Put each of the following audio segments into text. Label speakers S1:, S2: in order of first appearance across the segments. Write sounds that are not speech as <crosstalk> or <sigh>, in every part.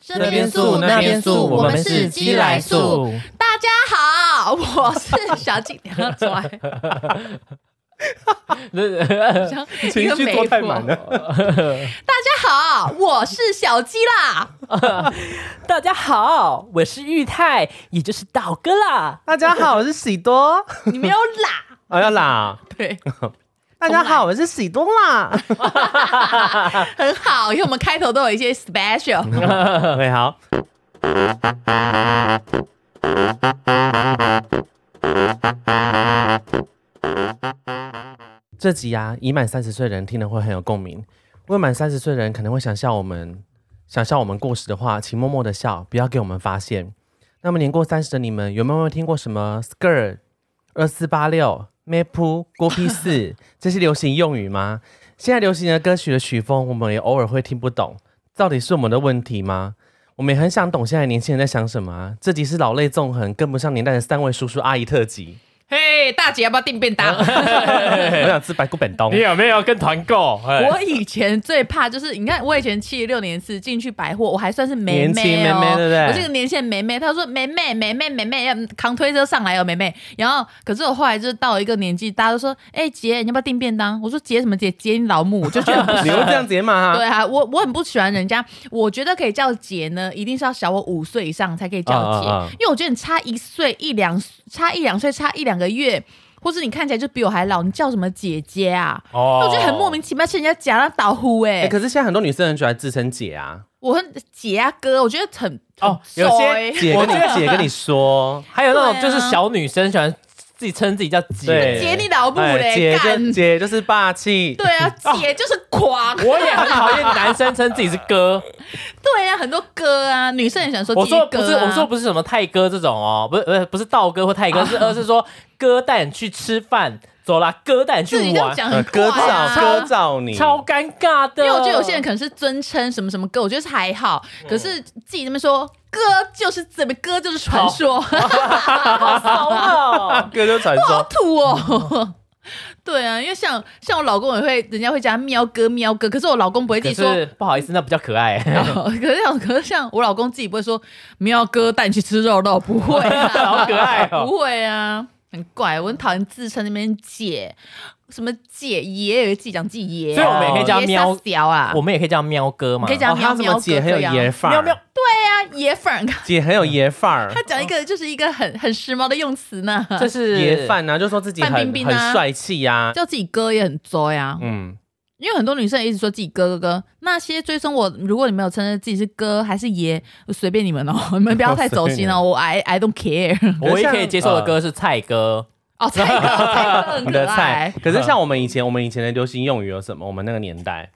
S1: 这边素那边素，我们是鸡来素。。
S2: 大家好，我是小鸡，你要出来，像一
S3: 情
S2: 个
S3: 绪
S2: 媒
S3: 做
S2: 婆。
S3: 太满了。
S2: 大家好，我是小鸡 <laughs> 啦。
S4: 大家好，我是玉泰，也就是道哥啦。
S3: 大家好，我是喜多。
S2: 你没有
S1: <laughs>
S2: 啦，
S3: 哎呀啦，
S2: 对，
S3: 大家好，我是喜多啦。
S2: 很好，因为我们开头都有一些
S1: 嗯
S2: special。
S3: OK，好，这集啊，已满三十岁的人听了会很有共鸣。未满三十岁的人可能会想笑我们，想笑我们过时的话，请默默的笑，不要给我们发现。那么年过三十的你们，有没有听过什么 skirt、二四八六、map、郭 P 四这些流行用语吗？现在流行的歌曲的曲风，我们也偶尔会听不懂，到底是我们的问题吗？我们也很想懂现在年轻人在想什么、啊。这集是老泪纵横，跟不上年代的三位叔叔阿姨特辑。
S2: 嘿，大姐要不要订便当？
S3: 我想吃白骨本东
S1: 你。有没有跟团购？哎
S2: 我以前最怕就是，你看我以前七十六年次进去百货，我还算是妹
S3: 年轻
S2: 妹哦，
S3: 妹妹对不对
S2: 我这个年限妹妹，她说妹妹妹妹妹妹要扛推车上来哦，妹妹。然后可是我后来就是到一个年纪，大家都说，哎、姐，你要不要订便当？我说姐什么姐，姐你老母，我就觉得
S3: 你会这样解码、
S2: 对啊，我我很不喜欢人家，我觉得可以叫姐呢，一定是要小我五岁以上才可以叫姐，
S3: 啊啊啊
S2: 因为我觉得你差一岁一两，差一两岁，差一两个月，或是你看起来就比我还老，你叫什么姐姐啊？
S1: 哦
S2: 那我觉得很莫名其妙，是人家假到倒呼哎、
S3: 哎、可是现在很多女生很喜欢自称姐啊，
S2: 我很姐啊哥，我觉得很
S1: 哦
S2: 很
S1: 有
S2: 衰
S1: 些
S3: 姐跟你姐跟你说，哎
S1: 还有那种
S2: 对
S1: 就
S2: 啊
S1: 是小女生喜欢自己称自己叫
S3: 对
S1: 姐，
S2: 姐你老母
S3: 哎
S2: 嘞，
S3: 姐
S2: 干
S3: 就姐就是霸气。
S2: 对
S1: <laughs>
S2: 啊，姐就是狂，
S1: 哦我也很讨厌男生称自己是
S2: <laughs>
S1: 哥。
S2: 对啊，很多哥啊，女生也喜欢说
S1: 我
S2: 姐姐
S1: 说
S2: 哥、啊
S1: 不是，我说不是什么泰哥这种哦，不是呃不是道哥或泰哥，是
S2: 啊
S1: 而是说哥带你去吃饭，走啦，哥带你
S2: 自己
S1: 去
S2: 这样
S1: 玩，
S2: 讲
S3: 呃
S2: 很
S3: 哥
S2: 怪啊
S3: 照哥照你，
S1: 超尴尬的。
S2: 因为我觉得有些人可能是尊称什么什么哥，我觉得是还好，
S1: 嗯
S2: 可是自己那边说哥就是怎么哥就是传说， <laughs> 啊
S4: 好怂哦！
S3: 哥啊就传
S2: 好
S3: 说。
S2: 土哦。对啊，因为像像我老公也会，人家会叫他喵哥喵哥，可是我老公不会 <laughs> 自
S1: 可
S2: 己说。 <laughs>
S1: 是哎不好意思，那比较可爱。
S2: 哦可是像可是像我老公自己不会说喵哥带你去吃肉肉，不会啊，
S1: 好可爱 <laughs> 哦
S2: 不会啊，很怪，我很讨厌自称那边姐什么姐爷，有自己讲自己爷啊，
S1: 所以我们也可以叫
S2: 爷
S1: 喵
S2: 傻小啊，
S1: 我们也可以叫喵哥嘛，
S2: 你可以叫
S3: 哦，他怎么姐很有爷范
S1: 喵
S3: 儿，
S1: 喵，
S2: 对啊爷粉，
S3: 姐很有爷范儿
S2: 他，讲一个就是一个很很时髦的用词呢，
S1: 这是
S3: 爷范啊，就说自己很
S2: 范冰冰啊
S3: 很帅气啊。
S2: 叫自己哥也很作呀、
S3: 嗯，
S2: 因为很多女生也一直说自己哥哥哥。那些追踪我，如果你没有承认自己是哥还是爷，随便你们
S1: <laughs>
S2: 哦，你们不要太走心哦，我 I I don't care。
S1: 我也可以接受
S2: 嗯
S1: 的歌是蔡哥，
S2: 哦，蔡哥，蔡哥
S3: 你
S2: 很
S3: 的
S2: 可
S3: 菜
S2: 爱，。
S3: 可是像我们以前，我们以前的流行用语有什么？我们那个年代，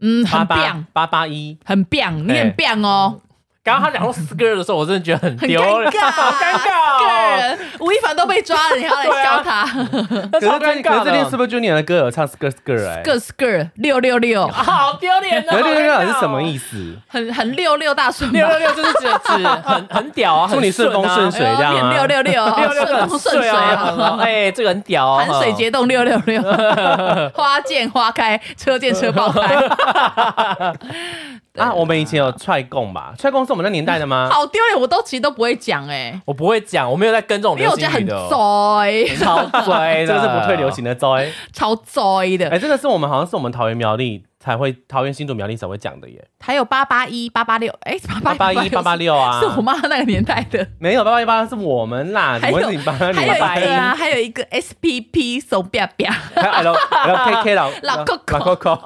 S2: 嗯，
S3: 八
S2: 很
S3: 八
S2: 棒，
S3: 八八一，
S2: 很棒，你
S3: 哎
S2: 很棒哦，
S1: 刚刚他讲到 skirt 的时候，我真的觉得很
S2: 很
S1: 哎丢
S2: 尴
S1: 脸，
S2: 尬，
S1: 好
S2: <laughs>
S1: 尴
S2: 个
S1: 尬哦，
S2: 人，吴亦凡都被抓了，你还要来教
S1: <laughs>
S2: 他
S1: 那
S3: 可是
S1: 超
S3: 最
S1: 尴
S3: 可
S1: 尬
S3: 是最近
S1: 的。
S3: Super Junior 的歌有唱 skirt skirt 哎，
S2: ，girl girl 六六六，
S1: 好丢脸
S3: 可
S1: 哦！
S3: 是
S1: 好
S3: 这
S1: 尴
S3: 个
S1: 尬哦
S3: 是什么意思？
S2: 很很六六大顺吧
S1: 六六六就是指指很很屌啊，
S3: 祝你
S1: 很
S3: 顺
S1: 顺
S3: 风顺
S1: 水，
S3: 水这样
S2: 哎六
S3: 啊？
S2: 六六，哦
S1: 六六
S2: 顺
S1: 六
S2: 风
S1: 很
S2: 顺水
S1: 顺啊！
S2: 啊！
S1: 哎，这个很屌
S3: 哦
S1: 啊，
S2: 寒水
S1: 节
S2: 结冻六六
S3: <laughs>
S2: 六，花见花开，车见车爆胎，
S3: 啊，我们以前有踹供吧？踹供是我们那年代的吗？
S2: 好丢欸脸！我都其实都不会讲哎、
S1: 我不会讲，我没有在跟这种
S2: 因为
S1: 流
S2: 我觉
S1: 行
S2: 得很
S1: 语的哦，
S2: 衰，
S1: 超拽
S3: 这
S1: 的，
S3: 个是不退流行的招哎、
S2: <laughs> 超衰的。
S3: 啊哎、真的是我们好像是我们桃园苗栗才会，桃园新竹苗栗才会讲的耶。
S2: 还有八八一、八八六，哎，
S3: 八
S2: 八
S3: 八一八八六啊，
S2: 是我妈那个年代的。
S3: 没有八八一八是我们啦，怎
S2: 还
S3: 么
S2: 有
S3: 会是你八八
S2: 还
S3: 零
S2: 有
S3: 八
S2: 一个
S3: 一？ <laughs>
S2: 啊，还有一个 SPP 手表表，
S3: 还有 L K K 老
S2: 老 Coco
S3: 老 Coco，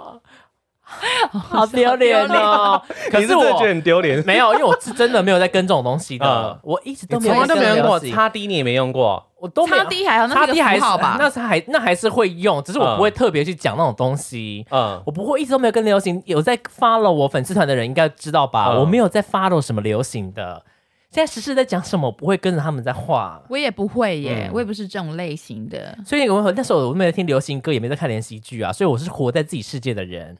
S1: 好丢脸哦！可
S3: <laughs> 你
S1: 是
S3: 真的
S1: 我
S3: 觉得很丢脸？
S1: 没有，因为我是真的没有在跟这种东西的
S3: 嗯，
S1: 我一直都没
S3: 你
S1: 有
S3: 从来都没有用过，
S1: 在跟这种东西
S3: 叉 D 你也没用过，
S1: 我都没有
S2: 插。D 还好，啊那
S1: 叉
S2: 是一
S1: D
S2: 个
S1: 还是
S2: 符号吧？
S1: 那是还那还是会用，只是我
S3: 嗯
S1: 不会特别去讲那种东西。
S3: 嗯，
S1: 我不会一直都没有跟流行有在 follow 我粉丝团的人应该知道吧？
S3: 嗯
S1: 我没有在 follow 什么流行的，现在时事在讲什么，我不会跟着他们在画。
S2: 我也不会耶，
S3: 嗯
S2: 我也不是这种类型的。
S1: 所以我那时候我没有听流行歌，也没在看连续剧啊，所以我是活在自己世界的人。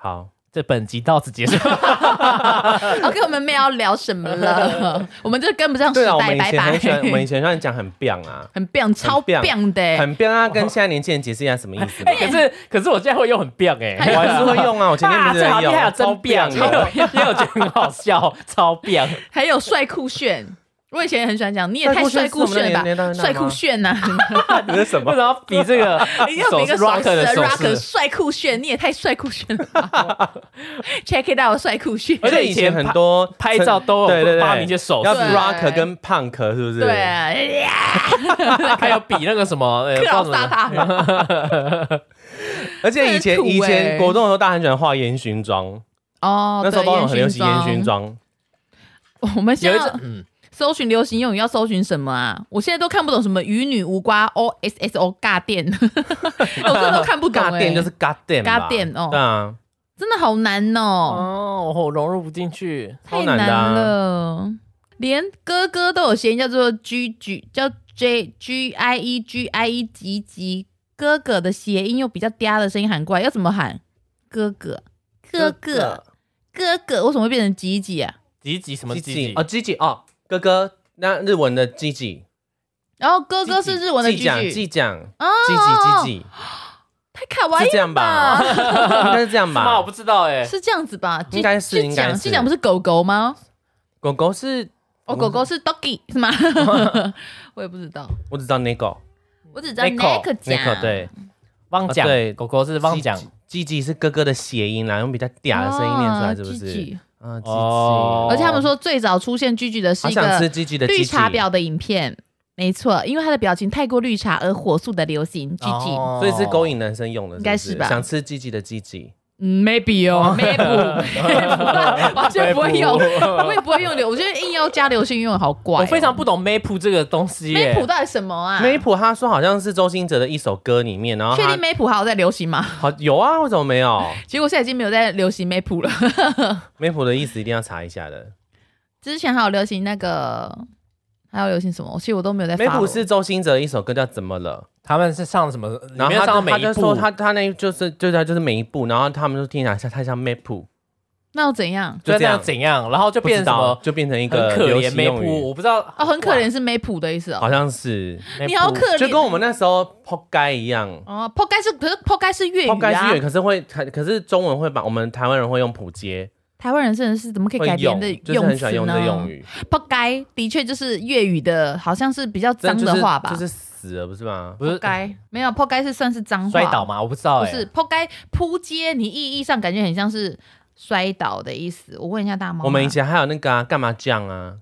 S3: 好，
S1: 这本集到此结束。
S2: OK，我们没有要聊什么
S3: <laughs>
S2: 了，我们就跟不上时
S3: 对啊，我
S2: 代，
S3: 们以
S2: 拜
S3: 前很喜欢，我们
S2: 拜
S3: 以。前让你讲很 <laughs> 棒啊，
S2: 很变，超
S3: 变
S2: 变的欸，
S3: 很棒啊，跟现在年轻人解释一下什么意
S2: <laughs>
S3: 思吗
S1: 哎、？可是可是我现在会用很棒哎、
S3: 我还是会用啊，我前面
S1: 啊，
S3: 不
S1: 这
S3: 是
S1: 好
S3: 也
S1: 厉
S3: 有
S1: 害啊，真棒！ <laughs> 因为
S3: 哦
S1: 我因为我觉得很好笑，超
S3: <laughs>
S1: 棒。
S2: 还有帅酷炫。我以前也很喜欢讲，你也太帅
S3: 帅
S2: 酷
S3: 酷
S2: 炫了
S3: 炫是我们的年代
S2: 吧？
S3: 吗
S2: 帅酷炫啊呐、
S3: <laughs> 你是什
S2: <laughs>
S1: 为
S3: 么
S1: 什？么要比这 <laughs> 个
S2: 要比
S1: 手
S2: 一个
S1: 势
S2: 手
S1: rocker 的手
S2: rock
S1: 势？
S2: 帅酷炫，你也太帅酷炫了吧
S3: <laughs>
S2: ？Check it out，帅酷炫。
S1: 而且
S3: 以前
S1: 以前
S3: 很多
S1: 拍照都有
S3: 对对对
S1: 发明一些手势
S3: 要
S2: 对
S3: rock 跟 punk 是不是？
S2: 对啊，
S1: 还有比那个
S2: <laughs>
S1: 什么，呃
S2: 克劳
S1: 不知
S2: 沙
S1: 道
S2: 他人，
S3: 而且以前
S2: 很土欸
S3: 以前国中的时候，大家很喜欢画烟熏妆，
S2: 哦，
S3: <laughs> 那时候
S2: 对
S3: 包很流行烟熏。
S2: 妆
S3: 妆。
S2: 我们
S1: 怎
S2: 现
S1: 么有一
S2: 在
S1: 阵嗯，
S2: 搜寻流行用语要搜寻什么啊？我现在都看不懂什么“鱼女无瓜 ”O S S O 尬
S3: <laughs>
S2: 电，我真的都看不懂、欸。
S3: 尬电就是 god damn 吧
S2: God damn，哦
S3: 对啊，
S2: 真的好难哦、
S1: 哦，我融入不进去。
S2: 太
S3: 超
S2: 难
S3: 难的啊
S2: 了，连哥哥都有谐音叫做 G G，叫 J G I E G I E 吉吉，哥哥的谐音用比较嗲的声音喊过来，要怎么喊？哥哥，哥哥，哥哥，为什么会变成吉吉啊？
S1: 吉吉什么
S3: 鸡
S1: 吉
S3: 鸡
S1: 吉
S3: 哦，？鸡鸡哦，哥哥，那日文的鸡鸡，
S2: 然后哥哥是日文的
S3: 鸡讲，
S2: 吉吉，
S3: 鸡讲，
S2: 哦
S3: 鸡鸡鸡鸡，
S2: 太卡哇伊
S3: 是这样吧？应该是这样
S1: 妈，我
S3: 吧
S1: 不？知道哎。
S2: <laughs> 是这样子
S3: <laughs>
S2: 吧？吉
S3: 应该是
S2: 吉
S3: 应该
S2: 讲
S3: 是嗯
S2: 吉讲不是狗狗吗？
S3: 狗狗是，
S2: 哦，狗狗是 doggy 是
S3: <laughs>
S2: 吗？我也不知道，
S3: 我只知道 nigo
S2: 我只知道
S1: Neko，
S2: neck 讲
S3: nigo，对，
S1: 汪讲
S3: 啊对
S1: 狗狗是汪讲
S3: 鸡，鸡鸡是哥哥的谐音啦，用比较嗲的声音念出来，是不
S2: 哦吉吉
S3: 是？啊，鸡
S1: 哦
S3: 鸡，
S2: 而且他们说最早出现 Gigi 的是
S3: 好
S2: 一个
S3: 想吃鸡鸡的鸡
S2: 绿
S3: 鸡
S2: 茶，婊的影片，没错，因为她的表情太过绿茶而火速的流行 Gigi。
S1: 哦
S3: 所以是勾引男生用的，
S2: 应该
S3: 是
S2: 是
S3: 不
S2: 吧
S3: 想吃鸡鸡的鸡鸡。
S2: 嗯，maybe 哦，maybe，完全不会用，我也不会用流，我觉得硬要加流行用语好怪哦。
S1: 我非常不懂 map 这个东西耶。
S2: Map 到底什么啊
S3: m a p 他说好像是周兴哲的一首歌里面，然后
S2: 确
S3: 他
S2: 定 Map 还有在流行吗？
S3: 好有啊，为什么没有
S2: 结果现在已经没有在流行 Map 了。 <laughs>
S3: m a p 的意思一定要查一下的。
S2: 之前还有流行那个，还有流行什么？其实我都没有在
S3: m a
S2: follow。
S3: p 是周兴哲的一首歌叫《怎么了
S1: 他们是上什么？》，里
S3: 然
S1: 面上
S3: 后他
S1: 到
S3: 就
S1: 每
S3: 他
S1: 一
S3: 就
S1: 步
S3: 说，他他那就是就是他就是每一步，然后他们就听起来像太像 m a p
S2: 那又怎样？
S1: 就这
S3: 就这
S1: 样
S3: 样
S1: 怎样，然后就
S3: 不知
S1: 变成什
S3: 道
S1: 么
S3: 就变成一
S1: 很
S3: 个
S1: 可
S3: 流
S1: 怜
S3: 行用
S1: map，
S3: 语，
S1: 我不知道
S2: 哦，很可怜是 Map 的意思哦。
S3: 好像是，
S1: Map
S2: 你好可怜，
S3: 就跟我们那时候扑街一样。
S2: 哦，破盖是可是破盖是粤语
S3: 扑街
S2: 啊
S3: 是粤语，，可是会，可可是中文会把我们台湾人会用普街，
S2: 台湾人真的是怎么可以
S3: 会
S2: 改别人
S3: 用
S2: 的，
S3: 就是很喜
S2: 词
S3: 欢用这
S2: 呢？
S3: 用语，
S2: 不该的确就是粤语的，好像是比较
S3: 但
S2: 脏
S3: 就
S2: 的
S3: 是
S2: 话吧？
S3: 就是死了不是吗？
S1: 不是
S2: 扑街没有破街是算是脏话，
S1: 摔倒？吗？我不知道
S2: 不
S1: 哎。
S2: 是破街扑街，你意义上感觉很像是摔倒的意思。我问一下大猫啊，
S3: 我们以前还有那个啊，干嘛酱啊？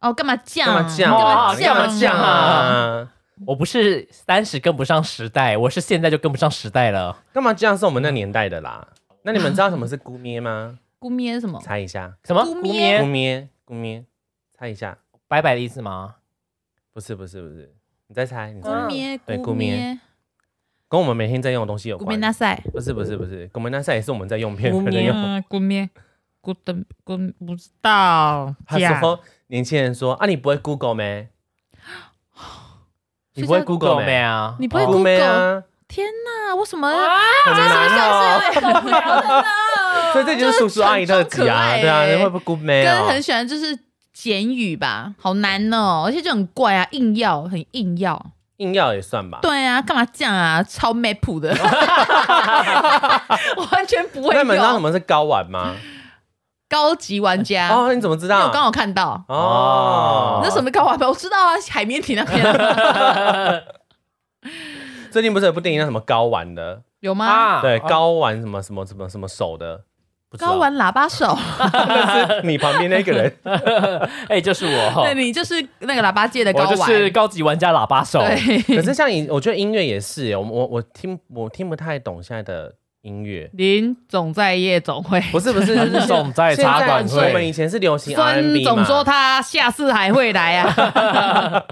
S2: 哦干嘛酱？
S3: 干嘛酱？
S2: 干
S1: 哦
S2: 嘛
S1: 酱
S2: 酱
S1: 干
S2: 啊
S1: 嘛酱啊？
S2: <laughs>
S1: 我不是三十跟不上时代，我是现在就跟不上时代了。
S3: 干嘛酱是我们那年代的啦。那你们知道什么是姑咩吗？
S2: 姑咩是什么？
S3: 猜一下，
S1: 什么
S2: 姑咩
S1: 咩
S3: 姑咩，姑咩，猜一下，
S1: 拜拜的意思吗？
S3: 不是不是不是，你再猜，你
S2: 姑
S3: 猜，
S2: 咩
S3: 对
S2: 姑
S3: 姑咩，跟我们每天在用的东西有
S2: 姑咩
S3: 关。
S2: 那塞，
S3: 不是不是不是，姑咩那赛也是我们在用片
S1: 姑
S3: 的
S1: 咩
S3: 用。
S2: 嗯，姑咩姑的姑不知道
S3: 他说年轻人说啊，你不会 Google 没？你不会
S2: 叫
S3: Google
S1: 妹
S3: 没？
S1: 啊，
S2: 你不会啊
S1: 哦
S3: 姑咩
S2: Google？
S3: 啊，
S2: 天哪，为什么要？
S3: 很难哦。所以这就是叔叔阿姨特辑啊，
S2: 就是
S3: 对啊，
S2: 很
S3: 你会不会姑
S2: 欸
S3: 咩
S2: 跟
S3: 哦
S2: 很？喜欢就是简语吧，好难哦，而且就很怪啊，硬要很硬要。
S3: 硬要也算吧。
S2: 对啊，干嘛这样啊？超没谱
S3: <laughs>
S2: 的，我完全不会
S3: 那你们知道什
S2: 用。
S3: 么是高玩吗？
S2: 高级玩家，因
S3: 哦，你怎么知
S2: 为
S3: 道？
S2: 我刚好看到。
S3: 哦，啊
S2: 那什么高玩吧，我知道啊，海绵体那边
S3: 最近不是有部电影叫什么高玩的？
S2: 有吗？
S1: 啊
S3: 对，
S1: 哦
S3: 高玩什么什么什么什么手的？不知道哦
S2: 高，玩喇叭手，
S3: 那是 <laughs> 你旁边那
S2: <laughs>
S3: 个人。
S1: 哎，就是
S2: 对
S1: 我，
S2: 你就是 <laughs> 那个喇叭界的高
S1: 我
S2: 玩，
S1: 就是高级玩家喇叭手。
S2: 对，
S3: 可是像你，我觉得音乐也是耶，我我我听我听不太懂现在的音乐。
S2: 林总在夜总会，
S3: 不是不是， <laughs> 就是
S1: 总在
S3: 现
S1: 茶馆
S3: 我们
S1: 会，
S3: 以前是流行
S2: 孙
S3: R&B
S2: 总说
S3: 嘛，
S2: 他下次还会来
S3: <laughs>
S2: 啊，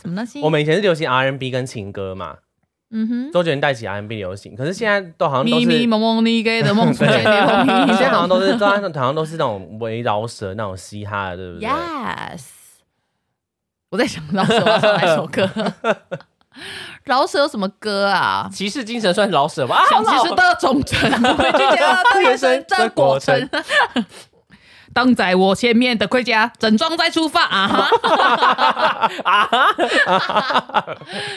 S2: 什么东西？
S3: 我们以前是流行 R&B 跟情歌嘛，
S2: 嗯哼，
S3: 周杰伦带起 R&B 流行，可是现在都好像都
S2: 咪
S3: 是， <laughs>
S2: 咪
S3: 现
S2: 蒙蒙你给的梦出现的梦咪
S3: 在好像都是都好像都是那种围绕舌那种嘻哈的，对不对？ <laughs>
S2: ，Yes。我在想到什么时候来首歌饶舌有什么歌啊？
S1: 骑士精神算老舍吧？啊，
S2: 想骑
S1: 好
S2: 士的忠诚，回去捡了大生真果诚。当在我前面的盔甲，整装再出发啊哈！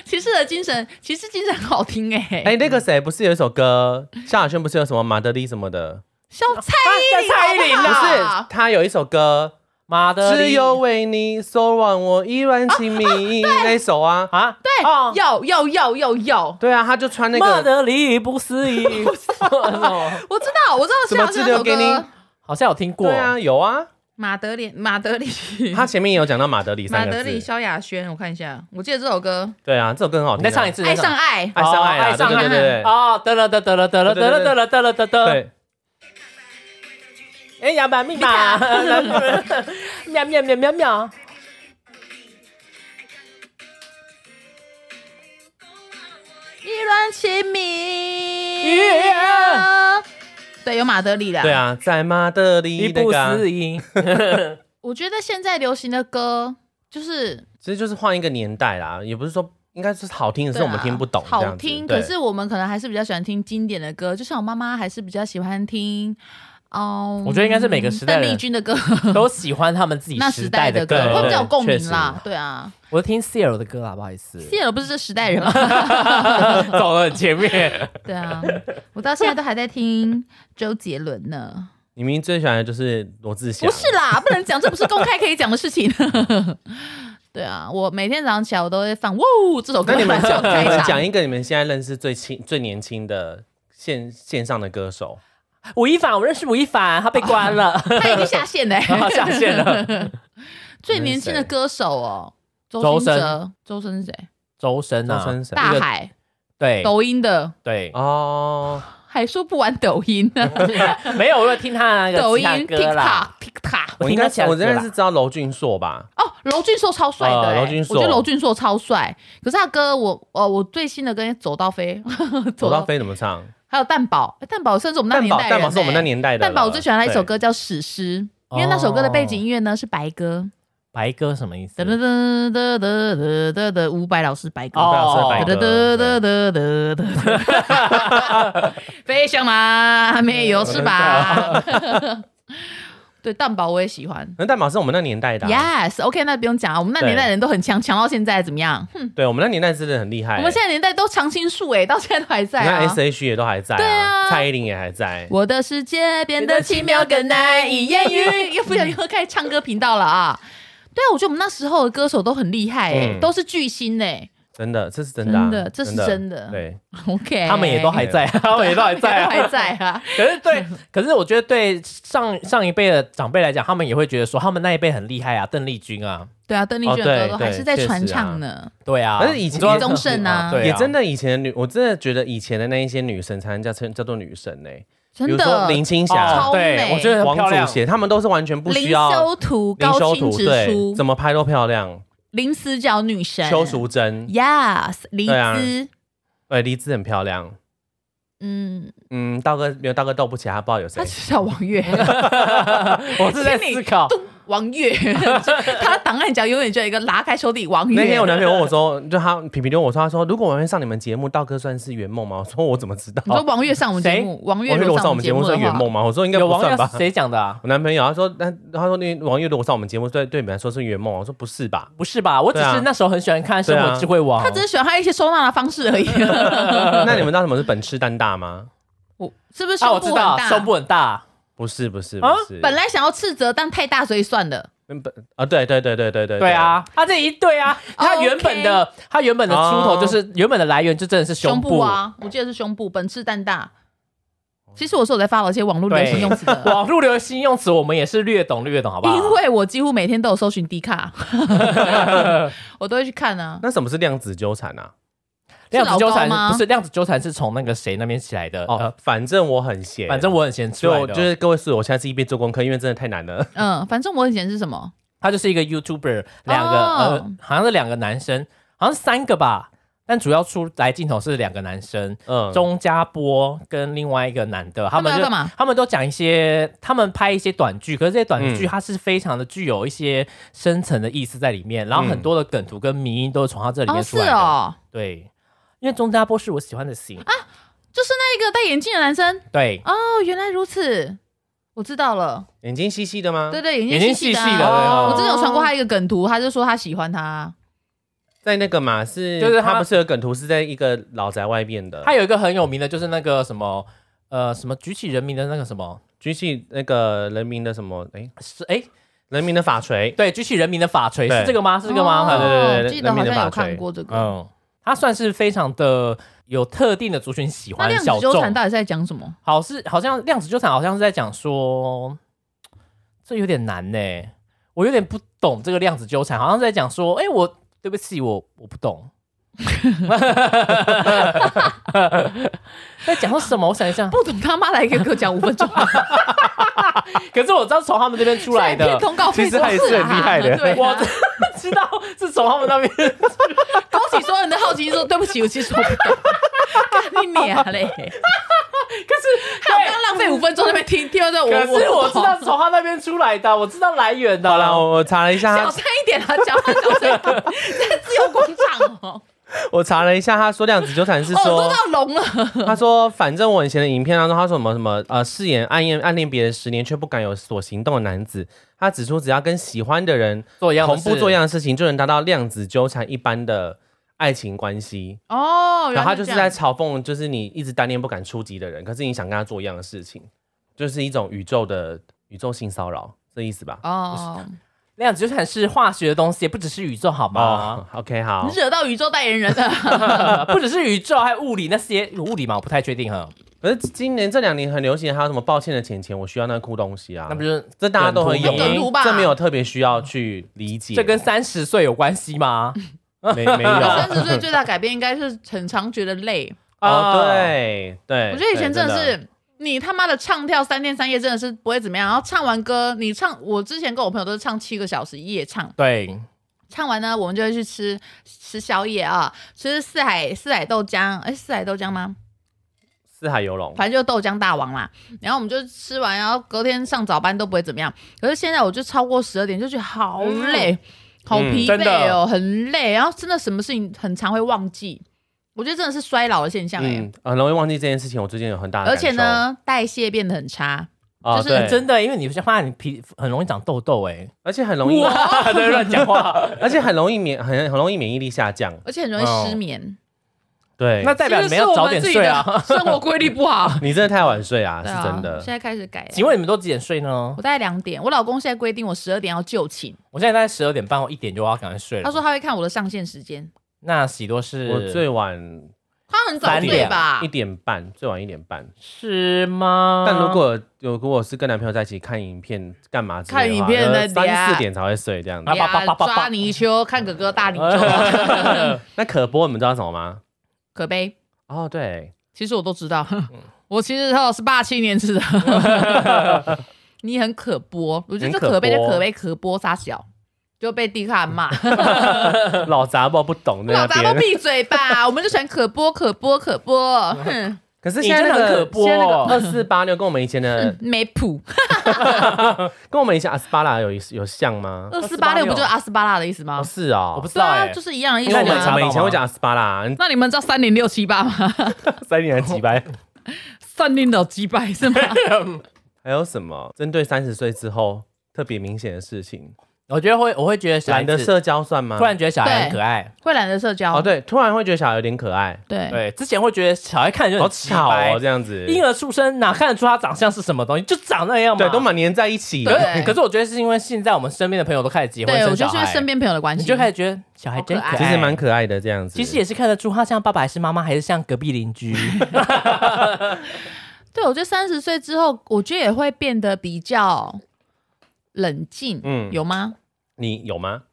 S2: 骑士的精神，骑士精神很好听哎、欸。
S3: 哎、那个谁不是有一首歌？萧亚轩不是有什么马德里什么的？
S2: 小蔡啊依林，
S1: 蔡依林
S2: 好
S3: 不
S2: 不
S3: 是
S2: 好，
S3: 他有一首歌，
S1: 妈的，
S3: 只有为你所望，我依然亲
S2: 哦
S3: 密那首啊。
S1: 啊，对
S2: 对，要要要要要，
S3: 对啊，他就穿那
S1: 妈
S3: 个
S1: 的离不思议，什么
S2: 我知道，我知道，
S3: 什么
S2: 是
S3: 自
S2: 那首
S3: 留给你？
S2: 歌。
S1: <laughs> 好像有听过
S3: 对，啊，有啊，
S2: 马德里，马德里，
S1: 嗯
S3: 他前面也有讲到马德里
S2: 马
S3: 三
S2: 德
S3: 个
S2: 里，
S3: 字。
S2: 萧亚轩，我看一下，我记得这首歌
S3: 对啊，这首歌很好
S1: 你
S3: 听。
S1: 再唱一，次，
S2: 《爱上爱》。
S3: 爱上爱
S1: 哦
S3: 啊，
S1: 爱上
S3: 对对对对
S1: 哦，得了得得了得了得了得了得了得
S3: 对
S1: 了，
S3: 对，
S1: 哎，摇摆密码， <laughs> 喵喵喵喵喵，
S2: 意乱情迷。
S1: Yeah
S2: 对，有马德里啦。
S3: 对，啊，在马德里
S1: 一
S3: 那
S1: 不
S3: 个啊，
S1: 思议，
S2: 我觉得现在流行的歌就是
S3: 其实就是换一个年代啦，也不是说应该是好听，只
S2: 对
S3: 是
S2: 啊
S3: 我们听不懂这样子。
S2: 好听，
S3: 对
S2: 可是我们可能还是比较喜欢听经典的歌，就像我妈妈还是比较喜欢听。哦，
S1: 我觉得应该是每个时代的
S2: 邓
S1: 人
S2: 丽君的歌，
S1: <laughs> 都喜欢他们自己
S2: 那
S1: 时
S2: 时代
S1: 的
S2: 歌
S3: 对
S2: 会比较有共
S3: 确
S2: 鸣
S3: 实
S2: 啦。对啊，
S1: 我听 CL 的歌啦，不好意思，
S2: 谢尔不是这时代人吗？
S1: <laughs> 走了很前面，
S2: 对啊，我到现在都还在听周杰伦呢。
S3: 你明明最喜欢的就是罗志祥，
S2: 不是啦，不能讲，这不是公开可以讲的事情。 <laughs> 对啊，我每天早上起来我都会放哇这首歌。
S3: 那你们讲，
S2: 开
S3: 你们
S2: 场
S3: 讲一个你们现在认识最轻、最年轻的线线上的歌手，
S1: 吴亦凡，我认识吴亦凡，他被关
S2: <laughs>
S1: 了，
S2: 他已经下线
S3: <laughs>
S2: 了、欸，
S1: 下
S2: <laughs>
S1: 线了。
S2: 最年轻的歌手哦，
S1: 周
S2: 周
S1: 深
S2: 兴哲，周深是谁？
S1: 周深
S3: 周
S1: 啊，
S3: 深谁？
S2: 大
S3: 一个
S2: 海
S1: 对
S2: 抖音的，
S1: 对，
S3: 哦，
S2: 还说不玩抖
S3: <laughs>
S2: 音呢，
S1: 没有，我有听他那个
S2: <laughs> 抖
S1: 其
S2: 音
S1: 他歌啦
S2: TikTok。TikTok。
S1: 我
S3: 我
S1: 听
S3: 应
S1: 他
S3: 该
S1: 起来
S3: 我
S1: 歌
S3: 真
S1: 啦
S3: 的是知道娄俊硕吧？
S2: 哦，娄俊硕超帅的、
S3: 呃
S2: 欸，
S3: 娄俊硕
S2: 我觉得娄俊硕超帅。可是他歌我，哦，我最新的跟《走到飞》 <laughs>
S3: 走到，飞怎么唱？
S2: 还有蛋堡，蛋堡算是我们那
S3: 蛋
S2: 年代
S3: 堡，
S2: 人、欸，
S3: 蛋堡是我们那年代的了。
S2: 蛋堡我最喜欢他一首
S3: 对，
S2: 歌叫《史诗》，因为那首歌的背景音乐呢是白鸽，
S1: 白鸽什么意
S3: 哦
S1: 思
S2: 噔？噔噔噔噔噔噔噔，伍佰老师白鸽，
S1: 哦
S3: 蛋啊堡是白
S2: 噔噔
S3: 鸽
S2: 噔噔噔噔，
S3: <laughs>
S2: 飞翔吗？没有翅膀。对，蛋堡我也喜欢。
S3: 那蛋堡是我们那年代的啊，
S2: Yes，OK，那不用讲啊，我们那年代人都很强，强到现在怎么样？哼
S3: 对我们那年代真的很厉害欸。
S2: 我们现在年代都常青树哎，到现在都还在
S3: 你看
S2: 啊。
S3: S H 也都还在
S2: 对啊
S3: 蔡依林也还在。
S2: 我的世界变得奇妙，更难以言
S3: <laughs>
S2: 喻。又不小心又开始唱歌频道了啊！ <laughs> 对啊，我觉得我们那时候的歌手都很厉害哎、
S3: 嗯
S2: 都是巨星哎、
S3: 真的，这是真的啊，
S2: 真的这是真的
S3: 对，
S2: <laughs> OK，
S1: 他们也
S2: <laughs>
S1: 都还在，啊他们也都还在
S2: 他们也哎都
S1: 啊
S2: 还。在啊。
S1: 可是对，可是我觉得对上上一辈的长辈来讲，他们也会觉得说，他们那一辈很厉害啊，邓丽君啊，
S2: 对啊，邓丽君的
S3: 哦
S2: 歌
S3: 对
S2: 都还
S3: 对
S2: 是在
S3: 确
S2: 传
S3: 实啊
S2: 唱呢。
S1: 对啊。
S3: 但是以前
S1: 你说
S3: 也
S2: 宗盛啊
S1: 对
S3: 也真的以前的女，我真的觉得以前的那一些女神才能叫称叫做女神呢。比
S2: 真
S3: 如说
S2: 的，
S3: 林青
S1: 哦
S3: 霞
S2: 超、
S1: 对，
S2: 美
S1: 我觉得很
S3: 王
S1: 漂
S3: 祖
S1: 亮。
S3: 贤，她们都是完全不需
S2: 林
S3: 要
S2: 修图、
S3: 林
S2: 高
S3: 修
S2: 清
S3: 图，
S2: 直
S3: 对，
S2: 出
S3: 怎、么拍都漂亮。
S2: 林思角女神、
S3: 邱淑贞，
S2: Yes，黎
S3: 对啊
S2: 姿，
S3: 对，黎姿很漂亮。
S2: 嗯，
S3: 嗯，道哥没有道哥斗不起他，不知道有谁
S2: 她只。叫王月， <laughs>
S1: 我是在思考，
S2: 王月， <laughs> 她的档案夹永远就有一个拉开手底王月。
S3: 那天我男朋友问我说，就他皮皮问我说，他说如果我要上你们节目，道哥算是圆梦吗？我说我怎么知道？
S2: 你说王月上我们节目，王月
S3: 王月
S2: 如果
S3: 如果上
S2: 上
S3: 我
S2: 我
S3: 们
S2: 们
S3: 节
S2: 节目
S3: 目
S2: 的
S3: 算圆
S2: 话，
S3: 梦吗？我说应该
S1: 有
S3: 不
S1: 王
S3: 算
S1: 耀
S3: 吧。
S1: 谁讲的啊？
S3: 我男朋友他说，那他说那王月如果上我们节目，对对你们来说是圆梦啊。我说不是吧？
S1: 不是吧？我只
S3: 对
S1: 是
S3: 啊
S1: 那时候很喜欢看《生
S3: 对
S1: 活
S3: 啊
S1: 智慧王
S2: 他》只，是喜欢他一些收纳的方式
S1: <laughs>
S2: 而已。
S3: 那你们知道什么是本吃蛋大吗？
S2: 我是不是
S1: 啊，我
S2: 胸部
S1: 知
S2: 很
S1: 道，
S2: 大？
S1: 胸部很大，
S3: 不是不是不
S1: 啊
S3: 是，
S2: 本来想要斥责，但太大所以算了。
S3: 嗯本啊对对对对对对
S1: 对，啊，他这一对啊，
S2: 哦
S1: 他原本的他原本的出
S3: 哦
S1: 头就是原本的来源就真的是
S2: 胸
S1: 部
S2: 部，啊，我记得是胸部，本次蛋大。其实我是有在发了一些网络流
S1: 对
S2: 行用词
S1: <laughs>
S2: 的，
S1: 网络流行用词我们也是略懂略懂，好不好？
S2: 因为我几乎每天都有搜寻 D
S1: <laughs>
S2: 卡，我都会去看啊。
S3: 那什么是量子纠缠啊？
S1: 量子纠
S2: 是老
S1: 缠
S2: 高吗
S1: 不是量子纠缠是从那个谁那边起来的，
S3: 哦
S1: 呃，，
S3: 反正我很闲，
S1: 反正我很闲出
S3: 所以
S1: 来
S3: 我
S1: 的，
S3: 就是各位室友，我现在是一边做功课，因为真的太难了。
S2: 嗯，反正我以前是什么，
S1: 他就是一个 YouTuber，两个
S2: 哦
S1: 呃好像是两个男生，好像是三个吧，但主要出来镜头是两个男生，
S3: 嗯，
S1: 钟家波跟另外一个男的，他们
S2: 他们要
S1: 就
S2: 干嘛
S1: 他们都讲一些，他们拍一些短剧，可是这些短剧
S3: 嗯
S1: 它是非常的具有一些
S3: 嗯
S1: 深层的意思在里面，然后很多的梗图跟迷音都是从他这里面
S2: 哦啊
S1: 出
S2: 是
S1: 来的。
S2: 哦，
S1: 对，因为钟家波是我喜欢的型。
S2: 就是那个戴眼镜的男生
S1: 对，
S2: 哦，原来如此，我知道了。
S3: 眼睛细细的吗？
S2: 对对，
S1: 眼
S2: 眼
S1: 睛
S2: 睛细
S1: 细细
S2: 细
S1: 的，对
S2: 啊
S1: 哦
S2: 我之前有传过他一个梗图，他就说他喜欢他，
S3: 在那个嘛是，
S1: 就是他
S3: 他不是有梗图是在一个老宅外面的，
S1: 他有一个很有名的，就是那个什么，呃，什么举起人民的那个什么，
S3: 举起那个人民的什么哎、
S1: 是哎，
S3: 人民的法锤，
S1: 对，举起人民的法锤
S3: 对
S1: 是这个吗？是这个
S2: 哦
S1: 吗？
S3: 对对对对
S2: 记得好
S3: 人民的
S2: 像
S3: 法
S2: 有
S3: 锤
S2: 看过这个。
S1: 嗯，他算是非常的有特定的族群喜
S2: 那
S1: 欢
S2: 量
S1: 小
S2: 子纠缠
S1: 众。
S2: 到底是在讲什么？
S1: 好是好像量子纠缠好像是在讲说，这有点难呢、我有点不懂这个量子纠缠，好像是在讲说，哎、我对不起，我我不懂。 <laughs> 在讲说什么？我想一下，
S2: 不懂他妈来给我讲五分钟，
S1: 可是我知道从他们这边出来
S2: 现在
S1: 的
S2: <laughs> 骗，通告费
S3: 其实还是
S2: 多啊
S3: 很厉害的
S2: 对啊
S1: 我知道是从他们那边
S2: 勾起所有人的好奇，说对不起，我其实我不懂。干你娘嘞！可是还有要浪费五分钟在那边听，听到这我
S3: <laughs>
S1: 可是我
S2: 我
S1: 知道是从他那边出来的，我知道来源的。
S3: 好了，我我查了一
S2: <laughs>
S3: 下
S2: 小
S3: 他，
S2: 声一点啊，讲话小声一点， <laughs> 在自由广场哦。
S3: 我查了一下，他说量子纠缠是
S2: 哦，我
S3: 说
S2: 都，到聋了。
S3: 他说反正我以前的影片当中，他说什么什么呃饰演暗恋暗恋别人十年却不敢有所行动的男子，他指出只要跟喜欢的人
S1: 做一样的
S3: 同
S1: 事
S3: 步做一样的事情，就能达到量子纠缠一般的爱情关系。
S2: 哦，
S3: 然后他就是在嘲讽，就是你一直单恋不敢触及的人，可是你想跟他做一样的事情，就是一种宇宙的宇宙性骚扰，这意思吧？
S2: 哦，
S1: 量子纠缠是化学的东西，也不只是宇宙，好吗？
S3: 哦，OK，好
S2: 你，惹到宇宙代言人了。
S1: 呃不只是宇宙，还有物理那些有物理嘛，我不太确定哈。
S3: 可是今年这两年很流行，还有什么抱歉的钱钱，我需要那个酷东西啊，
S1: 那不就是
S3: 这大家都很有
S1: 梗图吗
S2: 梗图吧
S3: 这没有特别需要去理解，
S1: 这跟三十岁有关系吗？
S2: <laughs>
S3: 没没有
S2: 三十岁最大改变应该是很常觉得累。
S3: 哦，
S1: 呃
S3: 对对，
S2: 我觉得以前真的
S3: 哎对
S2: 是。你他妈的唱跳三天三夜真的是不会怎么样，然后唱完歌，你唱我之前跟我朋友都是唱七个小时夜唱，
S1: 对，
S2: 唱完呢我们就会去吃吃宵夜啊，吃四海四海豆浆，哎、四海豆浆吗？
S3: 四海游龙，
S2: 反正就豆浆大王啦。然后我们就吃完，然后隔天上早班都不会怎么样。可是现在我就超过十二点就觉得好累，好疲
S1: 真
S2: 惫
S1: 的
S2: 哦，很累。然后真的什么事情很常会忘记，我觉得真的是衰老的现象哎、
S3: 嗯，很容易忘记这件事情，我最近有很大的，
S2: 而且，呢，代谢变得很差。
S1: 哦
S3: 啊，
S2: 就是
S3: 对，
S1: 真的，因为你发现你皮肤很容易长痘痘哎、
S3: 而且很容
S1: <laughs>
S3: 易，
S1: 欸，在乱讲话，
S3: 而且很容易免很很容易免疫力下降，
S2: 而且很容易失眠，
S3: 对，
S1: 那哦代表你们要早点睡啊。 <laughs>
S2: 是不是我们自己的生活规律不好， <laughs>
S3: 你真的太晚睡啊，
S2: 对
S3: 是
S2: 啊
S3: 真的
S2: 现。在开始改了。
S1: 请问你们都几点睡呢
S2: 我？大概两点，我老公现在规定我十二点要就寝，
S1: 我现在大概十二点半，我一点就要赶快睡了。
S2: 他说他会看我的上线时间，
S1: 那喜多是
S3: 我最晚
S2: 他很早
S1: 三
S2: 睡
S1: 点
S2: 吧
S3: 一？点半，最晚一点半。
S1: 嗯是吗？
S3: 但如果有如果是跟男朋友在一起看影片干嘛之类的话，呃
S2: 看影片在家
S3: 三四点才会睡这样子
S1: 啊。叭叭叭叭叭
S2: 哎抓泥鳅，看哥哥大泥鳅，
S3: 那可播你们知道什么吗？
S2: <laughs> 可悲。
S3: 哦，对，
S2: 其实我都知道， <laughs> 我其实哦是八七年吃的。 <laughs> 你很可播，我觉得这可悲的
S3: 很可播
S2: 可悲可播傻小，就被地卡骂，
S3: <laughs> 老杂包不懂在
S2: 老
S3: 那
S2: 杂都
S3: 边。
S2: 闭嘴吧！我们就喜欢可播可播可播，哼，
S3: 可是现在那
S1: 你真的
S3: 个
S1: 很可播
S3: 现在那个二四八六跟我们以
S2: <laughs>
S3: 前的
S2: 嗯没谱。
S3: 跟我们以前阿斯巴拉有有像吗？
S2: 二四八六不就是阿斯巴拉的意思吗
S3: 哦，？是哦，
S1: 我不知
S2: 对
S1: 道
S2: 啊，
S1: 哎、
S2: 就是一样的意
S3: 因
S2: 思
S3: 为
S1: 那你
S3: 我
S1: 们
S3: 们
S1: 查
S2: 啊。
S3: 我
S1: 到
S3: 们以前会
S1: 吗
S3: 讲阿斯巴拉，
S2: 那你们知道三零六七八吗？ <laughs>
S3: 三年几百。
S2: 三零六七八是吗？
S3: 还有什么针对三十岁之后特别明显的事情？
S1: 我觉得会，我会觉得小孩
S3: 懒得
S1: 子
S3: 社交算吗
S1: 突？然觉得小孩很
S2: 对
S1: 可爱。
S2: 会懒得社交
S3: 哦，对，突然会觉得小孩有点可爱，
S2: 对
S1: 对，之前会觉得小孩看着就
S3: 好
S1: 很奇
S3: 巧
S1: 怪
S3: 哦，这样子。
S1: 婴儿出生哪看得出他长相是什么东西，就长那样嘛。
S3: 对，都蛮粘在一起
S1: 可
S3: 的。
S2: 对
S1: 可是我觉得是因为现在我们身边的朋友都开始结婚
S2: 对，我
S1: 生
S2: 觉得
S1: 小
S2: 是因为
S1: 孩，
S2: 身边朋友的关
S1: 你
S2: 系，
S1: 就开始觉得小孩真
S2: 好可
S1: 爱，
S2: 爱
S3: 其实蛮可爱的这样子。
S1: 其实也是看得出他像爸爸还是妈妈，还是像隔壁邻居。
S2: <laughs> 对，我觉得三十岁之后，我觉得也会变得比较冷静，
S3: 嗯
S2: 有吗？
S3: 你有吗？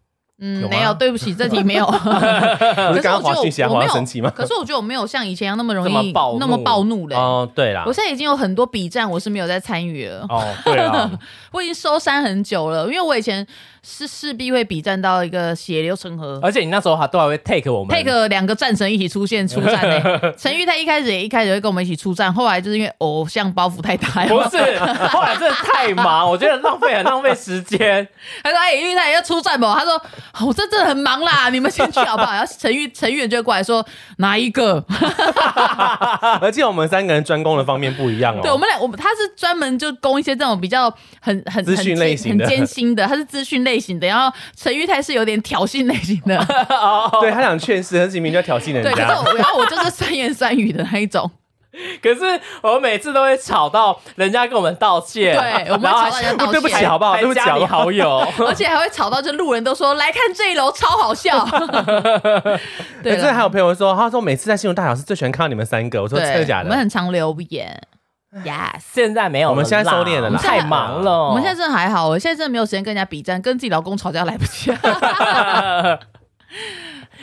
S2: 嗯，
S1: 有吗
S2: 没有，对不起，这题没有。可
S3: 不
S2: 是
S3: 刚
S2: 我
S3: 刚滑
S2: 觉
S3: 信息
S2: 得
S3: 还
S2: 我没
S3: 滑
S2: 有
S3: 到生气吗？
S2: 可是我觉得我没有像以前一样那么容
S1: 这么
S2: 易
S1: 暴怒
S2: 那么暴怒嘞。
S3: 哦，对啦
S2: 我，现在已经有很多比战，我是没有在参与了，
S1: 哦，对
S2: <laughs>
S1: 啊，
S2: 我已经收山很久了，因为我以前是势必会比战到一个血流成河。
S1: 而且你那时候还都还会 take 哎我们
S2: take 两个战神一起出现出战呢、陈玉泰一开始也一开始会跟我们一起出战，后来就是因为偶像包袱太大，
S1: 不是，后来真的太忙，我觉得浪费很浪费时间。 <laughs>
S2: 他说：“哎、欸，玉泰要出战不？”他说：“ <laughs> 好我这真的很忙
S3: <laughs>
S2: 啦，你们先去好不好？然后陈玉陈远就会过来说哪一个？
S3: <laughs> 哦而且我们三个人专攻的方面不一样哦。
S2: <laughs> 对我们俩，我们他是专门就攻一些这种比较很很
S3: 资讯
S2: 很
S3: 类型的
S2: 很艰辛的，他是资讯类型的，然后陈玉泰是有点挑衅类型
S3: <laughs>
S2: 的，
S3: 对他想劝世，但是明明就要挑衅人
S2: 对。可是
S3: 家。
S2: 我，然后我就是酸言酸语的那一
S3: <laughs>
S2: 种，
S1: 可是我每次都会吵到人家跟我们道歉，
S2: 对我们
S1: 然后
S2: 会吵
S1: 还
S2: 到人家道歉，
S3: 我对不起，好不好？
S1: 还
S3: 对不起，
S1: 加
S3: 好
S1: 你
S3: 不好？
S1: 好友，
S2: 而且还会吵到，就路人都说来看这一楼超好
S3: <laughs>
S2: 笑。对
S3: 哎
S2: 啦
S3: 这还有朋友说，他说每次在新闻大小事最喜欢看到你们三个。我说
S2: 对
S3: 真的假
S2: 我们
S3: 的？
S2: 很常留言，yes。
S1: <laughs> 现在没有啦，
S3: 我们现在收敛了啦
S1: 太忙了。
S2: 我们现在真的还好，我现在真的没有时间跟人家比战，跟自己老公吵架来不
S1: <laughs>
S2: 及。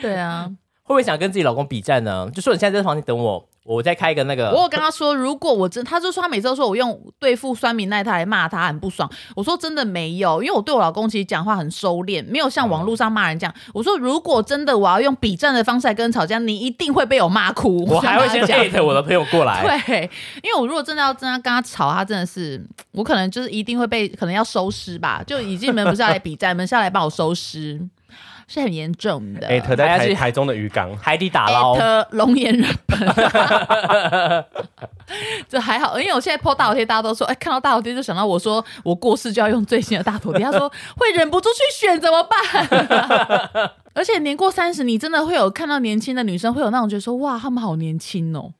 S2: 对啊，
S1: 会不会想跟自己老公比战呢？就说你现在在房间等我，我再开一个那个。
S2: 我有跟他说，如果我真，他就说他每次都说我用对付酸民那一套来骂他，很不爽。我说真的没有，因为我对我老公其实讲话很收敛，没有像
S1: 嗯
S2: 网络上骂人这样。我说如果真的我要用比战的方式来跟人吵架，你一定会被我骂哭。
S1: 我还会
S2: 这样
S1: 先
S2: 跟他讲
S1: at 我的朋友过来，
S2: 对，因为我如果真的要真的跟他吵，他真的是，我可能就是一定会被，可能要收尸吧。就已经你们不是要来比战，你们是要来帮我收尸，是很严重的。
S3: 哎，特在
S1: 还要
S3: 台
S1: 去
S3: 台中的渔港，
S1: 海底打捞。
S2: at 龙岩日
S3: <laughs>
S2: 本，这还好，因为我现在 PO 大头贴，大家都说，哎、看到大头贴就想到我说我过世就要用最新的大头贴，他说 <laughs> 会忍不住去选怎么办？
S3: <laughs>
S2: 而且年过三十，你真的会有看到年轻的女生，会有那种觉得说哇，她们好年轻哦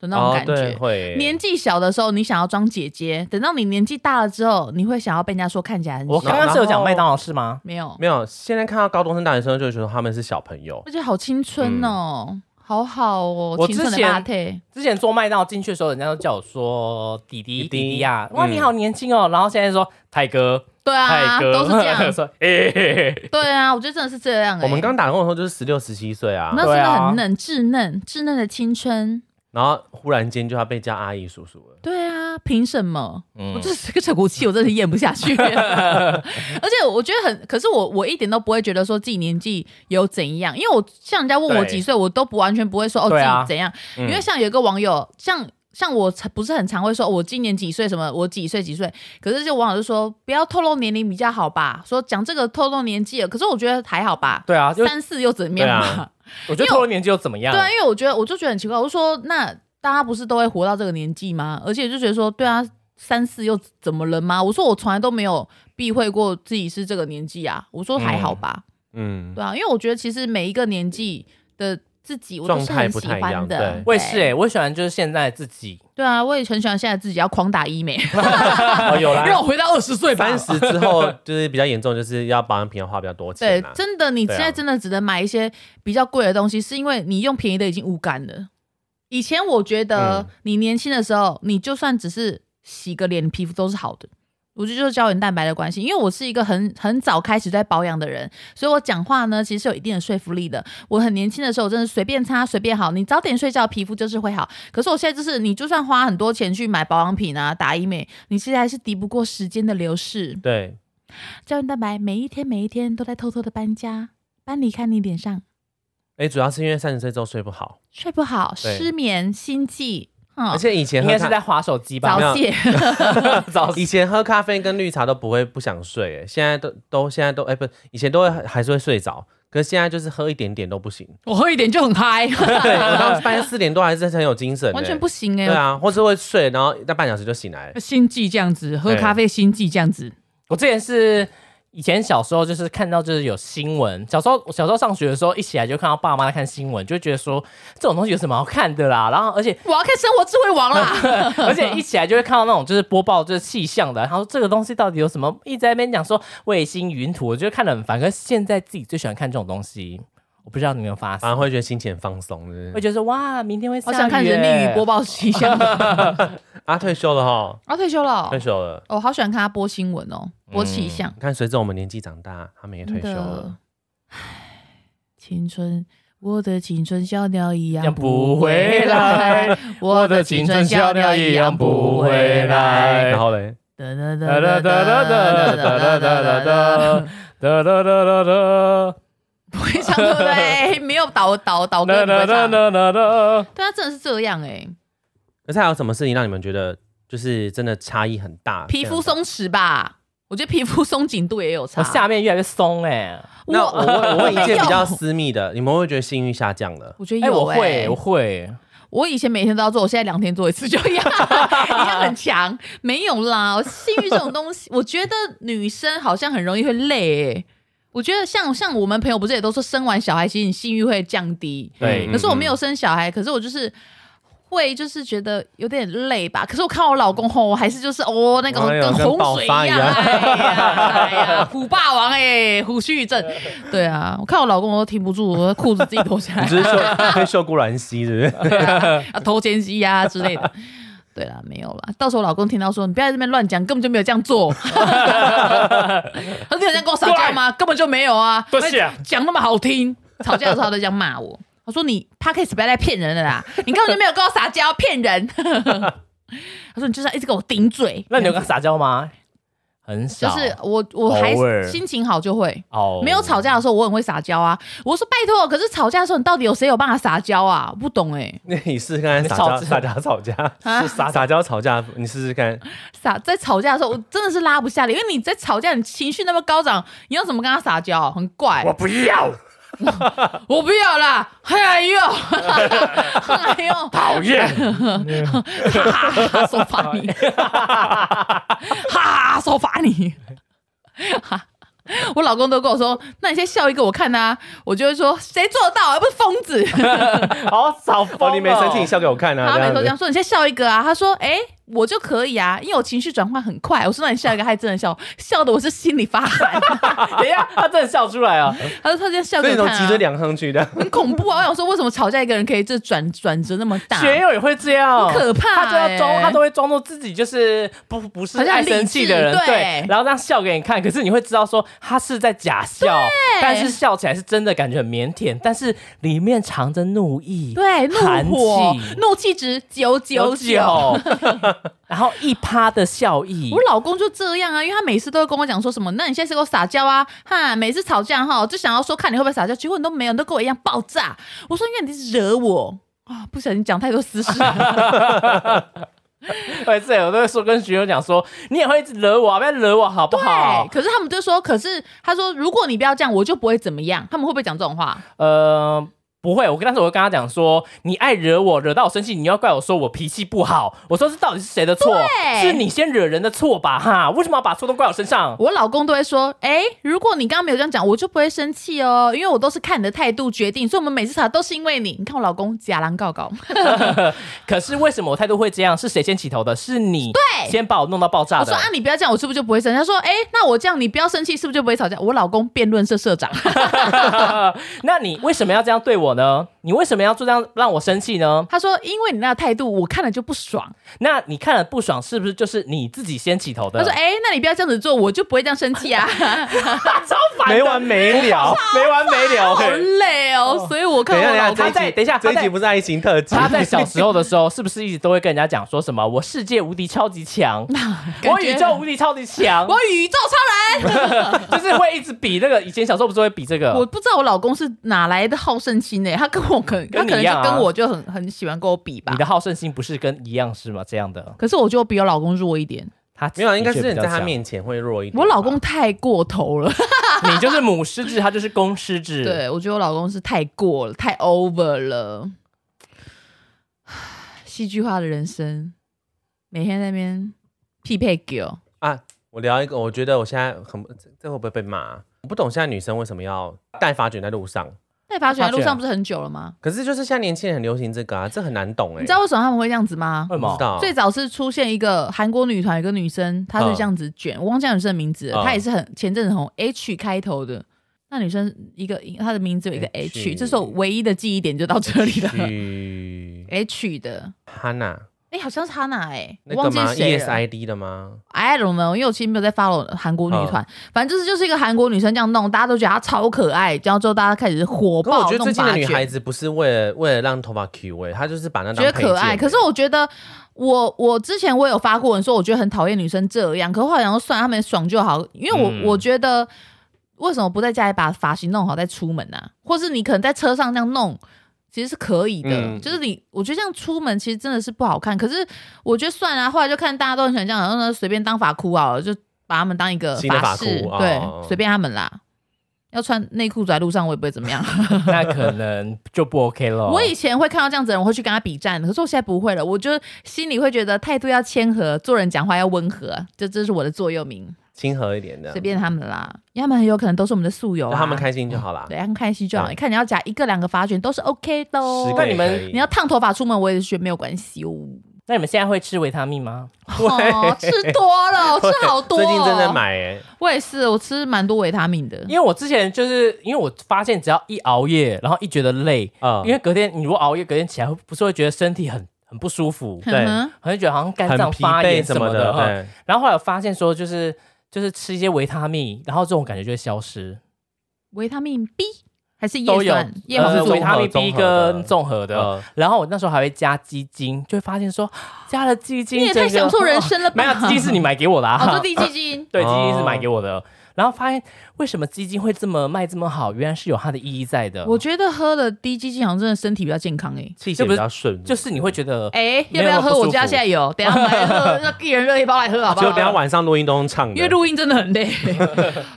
S2: 的那种
S3: 哦
S2: 感觉。
S3: 对，会
S2: 年纪小的时候，你想要装姐姐；等到你年纪大了之后，你会想要被人家说看起来很
S1: 我
S2: 小。
S1: 刚刚是有讲麦当劳是吗？
S2: 没有，
S3: 没有。现在看到高中生、大学生，就会觉得他们是小朋友。
S2: 而且好青春哦，好好哦，
S1: 我
S2: 青春
S1: 之
S2: 的
S1: 前
S2: 搭配。
S1: 之前做麦当劳进去的时候，人家都叫我说弟弟弟
S3: 弟弟
S1: 弟呀、哇
S3: 嗯
S1: 你好年轻哦。然后现在说泰哥
S2: 对啊，
S1: 泰哥，
S2: 都是这样。
S1: <laughs> 说哎、
S2: 对啊，我觉得真的是这样、欸。
S3: 我们刚打工的时候就是十六、十七岁啊，
S2: 那真
S1: 对
S2: 的
S1: 啊
S2: 很嫩，稚嫩，稚嫩的青春。
S3: 然后忽然间就要被叫阿姨、叔叔了。
S2: 对啊，凭什么？
S1: 嗯
S2: 我就是个扯骨气，我真的是咽不下
S1: <laughs>
S2: 去。而且我觉得很，可是我我一点都不会觉得说自己年纪有怎样，因为我像人家问我
S3: 对
S2: 几岁，我都不完全不会说哦自
S1: 对啊
S2: 己怎样，因为像有一个网友，像像我不是很常会说、哦我今年几岁什么，我几岁几岁，可是这网友就说不要透露年龄比较好吧，说讲这个透露年纪了，可是我觉得还好吧，
S1: 对啊，就啊
S2: 三四又怎么样
S3: 对
S2: 嘛？
S1: 我觉得透露年纪又怎么样？
S2: 对啊，因为我觉得我就觉得很奇怪，我就说那大家不是都会活到这个年纪吗？而且就觉得说，对啊，三四又怎么了吗？我说我从来都没有避讳过自己是这个年纪啊，我说还好吧，
S3: 嗯，
S2: 对啊，因为我觉得其实每一个年纪的自己，我都
S3: 状
S2: 是
S3: 态
S2: 很
S3: 不
S2: 喜
S3: 太一样
S2: 欢的
S3: 对。
S1: 我也是哎、我喜欢就是现在的自己。
S2: 对啊，我也很喜欢现在自己要狂打医美，
S3: <laughs> 哦，有 <laughs> 啦，
S2: 让我回到二十岁吧
S3: 三。十之后就是比较严重，就是要保养品要花比较多
S2: 对
S3: 钱、啊。，
S2: 真的，你
S3: 对啊
S2: 现在真的只能买一些比较贵的东西，是因为你用便宜的已经无感了。以前我觉得
S3: 嗯
S2: 你年轻的时候，你就算只是洗个脸，皮肤都是好的。我觉得就是胶原蛋白的关系，因为我是一个很很早开始在保养的人，所以我讲话呢其实是有一定的说服力的。我很年轻的时候，我真的随便擦随便好，你早点睡觉，皮肤就是会好。可是我现在就是，你就算花很多钱去买保养品啊、打医美，你其实还是敌不过时间的流逝。
S3: 对，
S2: 胶原蛋白每一天每一天都在偷偷的搬家，搬离开你脸上，
S3: 哎、主要是因为三十岁之后睡不好，
S2: 睡不好、
S3: 对
S2: 失眠、心悸，嗯
S3: 而，且以前
S1: 应
S3: 喝
S1: 该是在
S3: 咖，
S1: 划手机吧？
S2: 早泄。
S1: 早
S3: 以前喝咖啡跟绿茶都不会不想睡、哎，现在都都现在都哎、不，以前都会还是会睡着，可是现在就是喝一点点都不行。
S2: <laughs> 我喝一点就很嗨，
S3: 对我到半夜四点多还是很有精神、哎
S2: 完全不。行哎、
S3: 对啊，或是会睡，然后那半小时就醒来了。
S2: 心悸这样子，喝
S3: 咖
S2: 咖啡心悸这样子，
S1: 我之前是以前小时候就是看到就是有新闻，小时候小时候上学的时候一起来就看到爸妈在看新闻，就会觉得说这种东西有什么好看的啦。然后而且 <laughs>
S2: 我要看《生活智慧王》啦。
S1: 而且一起来就会看到那种就是播报就是气象的，然后这个东西到底有什么，一直在那边讲说卫星云图，我觉得看得很烦。可是现在自己最喜欢看这种东西，我不知道你们有没有发现，
S3: 反而会觉得心情很放松，是不
S1: 会
S3: 是
S1: 觉得说哇，明天会
S2: <laughs> 好
S1: 下雨耶，
S2: 想看人力与播报气象。
S3: 啊，退休了哈，
S2: 啊，退休了 <laughs> 哦
S3: 退，休了。
S2: 我、好喜欢看他播新闻哦，
S1: 嗯
S2: 播气象。
S3: 你看，随着我们年纪长大，他们也退休
S2: 真的
S3: 了。
S2: 青春，我的青春小鸟一样
S1: 样不回
S2: 来
S1: 来，
S2: 我
S1: 的青春小鸟一样不回来
S3: 哎然后嘞，
S2: 哒哒
S1: 哒哒
S2: 哒哒哒
S1: 哒
S2: 哒哒
S1: 哒哒哒哒
S2: 哒哒
S1: 哒
S2: 哒
S1: 哒。哒哒哒哒哒
S2: 不会唱对不对？没有倒倒倒歌
S1: 哒
S2: 不会
S1: 哒
S2: 唱。
S1: 哒哒哒。
S2: <laughs> 对啊，真的是这样哎，啊
S3: 可是还有什么事情让你们觉得就是真的差异很大？
S2: 皮肤松弛吧，我觉得皮肤松紧度也有差。
S1: 我下面越来越松哎、
S3: 那我问我
S2: <laughs>
S3: 问一件比较
S2: 没有
S3: 私密的，你们会不会觉得性欲下降了？
S2: 我觉得
S1: 哎、
S2: 有
S1: 我
S2: 欸、
S1: 会我会，
S2: 我以前每天都要做， <laughs> 我现在两天做一次就一样，一样很强。没有啦，性欲这种东西，我觉得女生好像很容易会累、欸。我觉得像像我们朋友不是也都说生完小孩，其实你性欲会降低。
S1: 对
S3: 嗯
S2: 可是我没有生小孩，可是我就是会就是觉得有点累吧。可是我看我老公吼，我还是就是哦那个
S3: 哎呦
S2: 跟
S3: 跟
S2: 洪
S3: 爆
S2: 水一
S3: 发
S2: 样，
S3: 一样
S2: 哎呀哎呀，虎霸王哎、虎须
S3: <laughs>
S2: 症。对啊，我看我老公我都停不住，我裤子自己脱下来。
S3: 你就是秀
S2: <laughs>
S3: 会秀姑峦兮，是不是？ <laughs>
S2: 对啊，啊偷奸机呀之类的。对啦，没有啦。到时候我老公听到说你不要在这边乱讲，根本就没有这样做。 <laughs> 他说你有这样跟我吵架吗？根本就没有啊！
S1: 对是啊
S2: 哎讲那么好听，吵架的时候他都这样骂我。他说你 p 开始不要再骗人了啦，你根本就没有跟我撒娇，骗人。 <laughs> 他说你就是要一直跟我顶嘴。
S1: 那你有跟他撒娇吗？很
S2: 就
S1: 少，
S2: 是我，我还
S1: 偶尔
S2: 心情好就会。
S1: 哦
S2: 没有吵架的时候，我很会撒娇啊。我说拜托，可是吵架的时候，你到底有谁有办法撒娇啊？不懂哎、
S3: 那你试试看撒娇
S1: 你吵
S3: 撒娇吵架，
S2: 啊
S3: 是撒撒娇吵架，你试试看。
S2: 撒在吵架的时候，我真的是拉不下脸，因为你在吵架，你情绪那么高涨，你要怎么跟他撒娇？很怪。我不要，我不要啦！哎呦，哎呦，讨厌！哈哈哈，说罚你，
S3: 哎
S2: 哈哈，说罚你。 <laughs> 哈我老公都跟我说：“那你先笑一个我看啊！”我就会说：“谁做得到、啊？又不是疯子。”
S3: <laughs>
S1: 好少疯
S3: 哦，你没生气，你笑给我看啊！
S2: 他每次都
S3: 这
S2: 这
S3: 样
S2: 样
S3: 子。
S2: 说，你先笑一个啊。他说，哎、我就可以啊，因为我情绪转换很快。我说，那你笑一个，他还真的笑，笑的我是心里发寒。<laughs>
S1: <laughs> 等一下，他真的笑出来啊！
S2: 他说，他就笑
S3: 所
S2: 给
S3: 以
S2: 我看、
S3: 你从脊椎
S2: 啊，
S3: 量上去的，
S2: 很恐怖啊！我想说，为什么吵架一个人可以这转转折那么大？
S1: 学友也会这样，
S2: 很可怕、欸，
S1: 他就要装，他都会装作自己就是不不是
S2: 好像
S1: 爱生气的人
S2: 理，智对
S1: 然后这样笑给你看。可是你会知道说他是在假笑，但是笑起来是真的感觉很腼腆，但是里面藏着怒意，
S2: 对
S1: 寒
S2: 怒火
S1: 气、
S2: 怒气值九九
S1: 有
S2: 九。
S1: 酒， <laughs> 然后一趴的笑意
S2: 我。老公就这样啊，因为他每次都会跟我讲说什么，那你现在是给我撒娇啊，哈，每次吵架哈，就想要说看你会不会撒娇，结果你都没有，你都跟我一样爆炸。我说因为你惹我啊，不小心讲太多私事。
S1: <laughs> 每次我都会说跟学友讲说，你也会一直惹我啊，不要惹我好不好
S2: 对，？可是他们就说，可是他说，如果你不要这样，我就不会怎么样。他们会不会讲这种话？
S1: 呃，不会，我跟但是我会跟他讲说，你爱惹我，惹到我生气，你要怪我说我脾气不好。我说这到底是谁的错？
S2: 对
S1: 是你先惹人的错吧？哈，为什么要把错都怪我身上？
S2: 我老公都会说，哎、如果你刚刚没有这样讲，我就不会生气哦，因为我都是看你的态度决定，所以我们每次吵都是因为你。你看我老公假狼告告，
S1: 可是为什么我态度会这样？是谁先起头的？是你，对，先把我弄到爆炸
S2: 我
S1: 的
S2: 说。啊，你不要这样，我是不是就不会生气？他说，哎、那我这样你不要生气，是不是就不会吵架？我老公辩论社社长，
S1: 那你为什么要这样对我呢？你为什么要做这样让我生气呢？
S2: 他说，因为你那个态度，我看了就不爽。
S1: 那你看了不爽，是不是就是你自己先起 <laughs> 头的？
S2: 他说，哎、那你不要这样子做，我就不会这样生气啊。
S1: 超烦的，
S3: 没完
S2: <laughs>
S3: 没了，没完没了。
S2: 好累哦，所以我看
S3: 等一下，
S2: 我老
S3: 等一
S2: 公
S3: 下，
S1: 他在
S3: 这一集
S1: 等一下
S3: 这一
S1: 他
S3: 集
S1: 在
S3: 不是爱情特辑，
S1: 他在小时候的时候，是不是一直都会跟人家讲说什么“我世界无敌超级强”，
S2: <laughs> 觉
S1: 我宇宙无敌超级
S2: <laughs>
S1: 强
S2: 我，宇宙超人。啊
S1: 就是会一直比那个。以前小时候不是会比这个？
S2: 我不知道我老公是哪来的好胜心欸呢、他跟我可能、他
S1: 跟你
S2: 可能
S1: 一样啊
S2: 就跟我就很很喜欢跟我比吧
S1: 你。的好胜心不是跟一样是吗？这样的，
S2: 可是我就比我老公弱一点，
S1: 他
S3: <laughs> 没有，啊应该
S1: 的确
S3: 是
S1: 比
S3: 你
S1: 较
S3: 在他
S1: 强，
S3: 面前会弱一点。
S2: 我老公太过头了。
S1: 你就是母狮子，他就是公狮
S2: <laughs>
S1: 子。，
S2: 对，我觉得我老公是太过了，太 over 了。 <sighs> 戏剧化的人生，每天在那边匹配给我。
S3: 啊，我聊一个，我觉得我现在很这这会不会被骂啊？我不懂现在女生为什么要戴发卷在路上，
S2: 在法学
S1: 发
S2: 路
S1: 觉
S2: 上不是很久了吗？
S3: 可是就是现在年轻人很流行这个啊，这很难懂哎。
S2: 你知道为什么他们会这样子吗？
S1: 为什
S3: 不
S1: 么
S3: 知？道？
S2: 最早是出现一个韩国女团，有一个女生，她是这样子卷，我忘记那女生的名字了，
S3: 嗯
S2: 她也是很前阵子很红，H 开头的。那女生一个她的名字有一个
S3: H
S2: H，这是我唯一的记忆点，就到这里了。
S3: 去
S2: H 的，
S3: Hanna
S2: 哎、好像是她哪哎，我
S3: 那
S2: 忘
S3: 个
S2: 记
S3: 吗 E
S2: 是谁了。
S3: ？ESID 的吗？
S2: I don't know，因为我其实没有在 follow 韩国女
S3: 嗯
S2: 团，反正就是就是一个韩国女生这样弄，大家都觉得她超可爱，然后之后大家开始火
S3: 可我
S2: 爆
S3: 觉得
S2: 弄
S3: 最近的
S2: 发
S3: 女孩
S2: 卷，
S3: 子不是为了为了让头发 Q 哎，她就是把那当
S2: 觉得
S3: 配
S2: 可
S3: 件
S2: 爱。
S3: 欸
S2: 可是我觉得我我之前我有发过文说，我觉得很讨厌女生这样，可是我好像说算了他们爽就好，因为我、
S1: 嗯
S2: 我觉得为什么不在家里把发型弄好再出门啊？或是你可能在车上这样弄。其实是可以的，
S3: 嗯
S2: 就是你，我觉得这样出门其实真的是不好看。可是我觉得算了、后来就看大家都很喜欢这样，然后呢随便当法哭啊，就把他们当一个
S3: 新的法
S2: 式，
S3: 裤哦
S2: 对，随便他们啦。要穿内裤走在路上，我也不会怎么样。
S1: 那可能就不 OK 了。
S2: 我以前会看到这样子的人，我会去跟他比战，可是我现在不会了。我就心里会觉得态度要谦和，做人讲话要温和，这这是我的座右铭。
S3: 亲和一点的，
S2: 随便他们啦，因为他们很有可能都是我们的宿友、啊，
S3: 让他们开心就好啦。
S2: 对，他们开心就好。
S3: 嗯
S2: 你看你要夹一个两个发卷都是 OK 的
S3: 十
S2: 哦。
S3: 个
S1: 那你
S3: 也
S1: 们
S3: 可以
S2: 你要烫头发出门，我也是觉得没有关系哦。
S1: 那你们现在会吃维他命吗？
S2: 哦，吃多了， <laughs> 我吃
S3: <laughs>
S2: 好多、哦。
S3: 最近正在，买
S2: <laughs>
S3: 哎，
S2: 我也是，我吃蛮多维他命的。
S1: 因为我之前就是因为我发现，只要一熬夜，然后一觉得累，
S3: 嗯，
S1: 因为隔天你如果熬夜，隔天起来会不是会觉得身体很很不舒服，
S3: 对
S2: 嗯哼
S1: 好像觉得好像肝
S3: 很
S1: 脏
S3: 疲
S1: 发炎
S3: 惫什
S1: 什
S3: 么
S1: 的。
S3: 的，
S1: 嗯
S3: 对，
S1: 然后后来我发现说，就是就是吃一些维他命，然后这种感觉就会消失。
S2: 维他命 B 还是叶
S1: 都有
S2: 酸？叶
S3: 黄
S1: 呃
S2: 黄
S3: 素
S2: 素
S1: 维他命
S3: 综
S1: B
S3: 合的
S1: 跟综合的。
S3: 呃
S1: 然后我那时候还会加鸡精，就会发现说加了鸡精，
S2: 你也太
S1: 整个
S2: 享
S1: 哦
S2: 受人生 <laughs> 了吧？
S1: 没有，鸡精是你买给我的、
S2: <laughs>
S1: 啊。
S2: 哦，做低基金。
S1: <laughs> 对，基金是
S3: 哦
S1: 买给我的。然后发现为什么基金会这么卖这么好，原来是有它的意义在
S3: 嗯
S1: 的。
S2: 我觉得喝了低基金好像真的身体比较健康诶、
S3: 气
S1: 这
S3: 血
S1: 不
S3: 比
S1: 是
S3: 较顺，
S1: 就是你会觉得，
S3: 呃
S2: 哎、
S1: 没有
S2: 要不要喝？
S1: 不舒服
S2: 我家现在有，等一下我们来喝，那一人热一包来喝好不
S3: 就等一下
S2: <laughs> 好？
S3: 晚上录音都能唱的
S2: 因为。录音真的很累，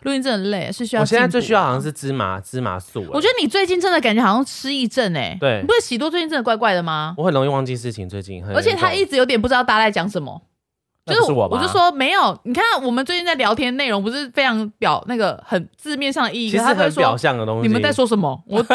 S2: 录音真的很累，是需要。
S3: 我现在最需要好像，是芝麻芝麻素，欸
S2: 我觉
S3: 得
S2: 得你最近真的感觉好像失忆症哎、
S3: 对
S2: 你不是喜多最近真的怪怪的吗？
S3: 我很容易忘记事情，最近很
S2: 而且他
S3: 严
S2: 一
S3: 重
S2: 直有点不知道大家在讲什么。
S1: 那
S2: 就是
S1: 不是我
S2: 我
S1: 吧
S2: 就说没有，你看我们最近在聊天内容不是非常表那个很字面上的意义，
S3: 其实
S2: 可是他
S3: 很
S2: 就会
S3: 表
S2: 说
S3: 象的东西，
S2: 你们在说什么？我 <laughs>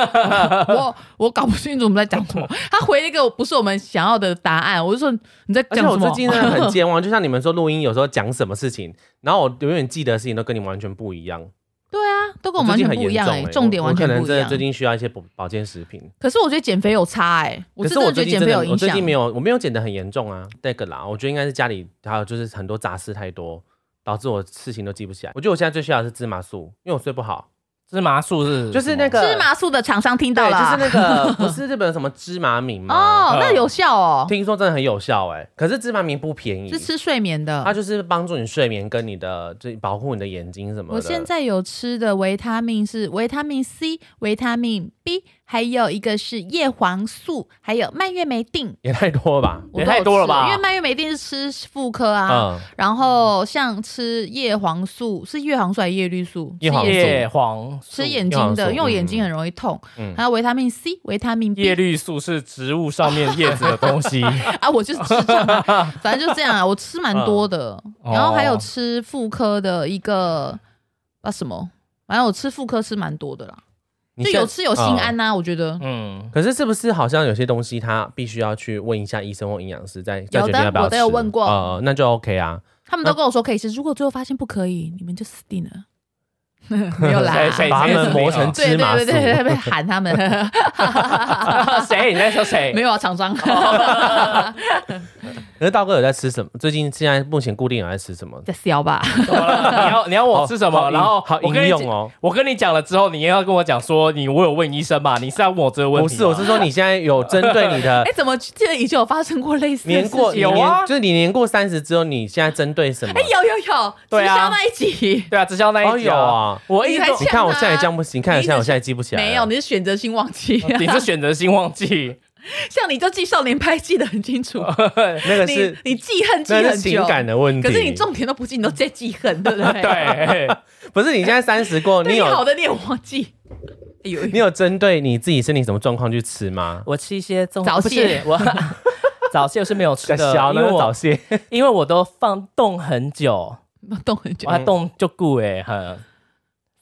S2: 我我搞不清楚我们在讲什么。他回了一个不是我们想要的答案，我就说你在
S3: 而
S2: 讲
S3: 且我
S2: 什么
S3: 最？近真的很健忘，就像你们说录音有时候讲什么事情，然后我永远记得的事情都跟你们完全不一样，
S2: <laughs> 对啊，都跟我们完
S3: 最近
S2: 全
S3: 很
S2: 不一样哎、
S3: 严重欸
S2: 重点
S3: 我
S2: 完全
S3: 我可能
S2: 不一
S3: 真的
S2: 样
S3: 最。近需要一些保保健食品，
S2: 可是我觉得减肥有差哎、我
S3: 可
S2: 是
S3: 是
S2: 真
S3: 我
S2: 的觉
S3: 最
S2: 得
S3: 近
S2: 减肥
S3: 真的
S2: 有
S3: 我
S2: 影
S3: 最近
S2: 响
S3: 没。有我没有减得很严重啊，那个啦，我觉得应该是家里还有就是很多杂事太多，导致我事情都记不起来。我觉得我现在最需要的是芝麻素，因为我睡不好，
S1: 芝麻素是
S3: 就是那个
S2: 芝麻素的厂商听到
S3: 对，
S2: 了
S3: 就
S2: 啊、
S3: 是
S2: <laughs>
S3: 那嗯个不是日本有什么芝麻明吗？
S2: 哦，那有效哦，
S3: 听说真的很有效哎、可是芝麻明不便宜
S2: 是，吃睡眠的
S3: 它。就是帮助你睡眠跟你的就保护你的眼睛什么的。
S2: 我现在有吃的维他命是维他命 C、维他命 B，还有一个是叶黄素，还有蔓越莓定。
S3: 也太多了吧？
S2: 我
S1: 也
S2: 都有
S1: 太多了
S2: 吃
S1: 吧
S2: 因为蔓越莓定是吃妇科啊，
S3: 嗯，
S2: 然后像吃叶黄素是叶黄素还是叶绿素？
S3: 叶黄素
S2: 吃眼
S1: 叶黄素
S2: 吃眼睛
S3: 叶黄素
S2: 的，因为我
S3: 嗯
S2: 眼睛很容易痛。
S3: 嗯
S2: 还有维他命 C、维他命 B
S1: 叶绿素是植物上面叶子的东西，
S2: 啊，我就是吃这样啊，反正就这样啊，我吃蛮多的，
S1: 嗯
S2: 然后还有
S1: 哦
S2: 吃妇科的一个啊什么，反正我吃妇科吃蛮多的啦，
S3: 你
S2: 就
S3: 现
S2: 有吃有心安
S3: 嗯
S2: 呐、我觉得。
S1: 嗯，
S3: 可是是不是好像有些东西它必须要去问一下医生或营养师再再
S2: 有
S3: 决定
S2: 的
S3: 要不要
S2: 我都有
S3: 吃
S2: 问过
S3: 呃，那就 OK
S2: <laughs>
S3: 啊。
S2: 他们都跟我说可以吃，如果最后发现不可以，你们就死定了。没有啦，
S1: 谁谁
S3: 把它们磨成
S2: 对
S3: 芝
S2: 对
S3: 麻
S2: 对
S3: 素，
S2: 对对，被喊他们
S1: <laughs> 谁？你在说
S3: <laughs>
S1: 谁？
S2: 没有啊，厂商
S3: 可是道哥有在吃什么？最近现在目前固定有在吃什么？
S2: 在削吧。
S1: 怎么了你要你要我哦吃什
S3: 好
S1: 么？
S3: 好
S1: 然后
S3: 营好
S1: 我跟
S3: 应
S1: 你
S3: 用
S1: 讲，
S3: 哦。
S1: 我跟你讲了之后，你也要跟我讲说你我有问医生吧？你啊是要问我这个问
S3: 不
S1: 题吗？
S3: 是，我是说你现在有针对你的
S2: <laughs>
S1: <laughs>
S2: 哎，怎么记得以前有发生过类似的
S3: 年
S2: 事
S3: 过
S2: 情？
S3: 你
S1: 有啊
S3: 年就是你年过三十之后，你现在针对什么
S2: 哎，？有有有，
S1: 对
S2: 直
S1: 啊
S2: 销那一集。
S1: 对啊，直
S2: 哎
S1: 销那
S3: 哦
S1: 一集
S3: 有，啊，
S1: 我一直
S2: 你
S1: 都
S3: 你看我现在
S2: 呛
S3: 也
S2: 啊
S3: 这样不行，你看我现在我现在记不起来了。
S2: 没有，你是选择性忘记、
S3: 哦
S1: 你是选择性忘 <laughs> 记，
S2: 啊 <laughs> 像你就记少年派记得很清楚，
S3: 那个
S2: 你
S3: 哦是
S2: 你记恨记
S3: 那
S2: 很
S3: 是
S2: 久
S3: 情，感的问题。
S2: 可是你重点都不记，你都在记恨，对不对？，
S1: 对，
S3: 不是你现在三十
S2: <laughs>
S3: 过，
S2: 对
S3: 你
S2: 你好
S3: 有
S2: 的你也忘记。哎呦，
S3: 你有针对你自己身体什么状况去吃吗？
S1: 我吃一些综
S2: 早
S1: 不是
S2: 泄
S1: 我 <laughs> 早泄我是没有吃
S3: 在
S1: 的，
S3: 小
S1: 因
S3: 那
S1: 为
S3: 个
S1: 我
S3: 早泄，
S1: 因为我都放冻很久，
S2: 动很久
S1: 我，
S3: 嗯
S1: 还冻就固哎，很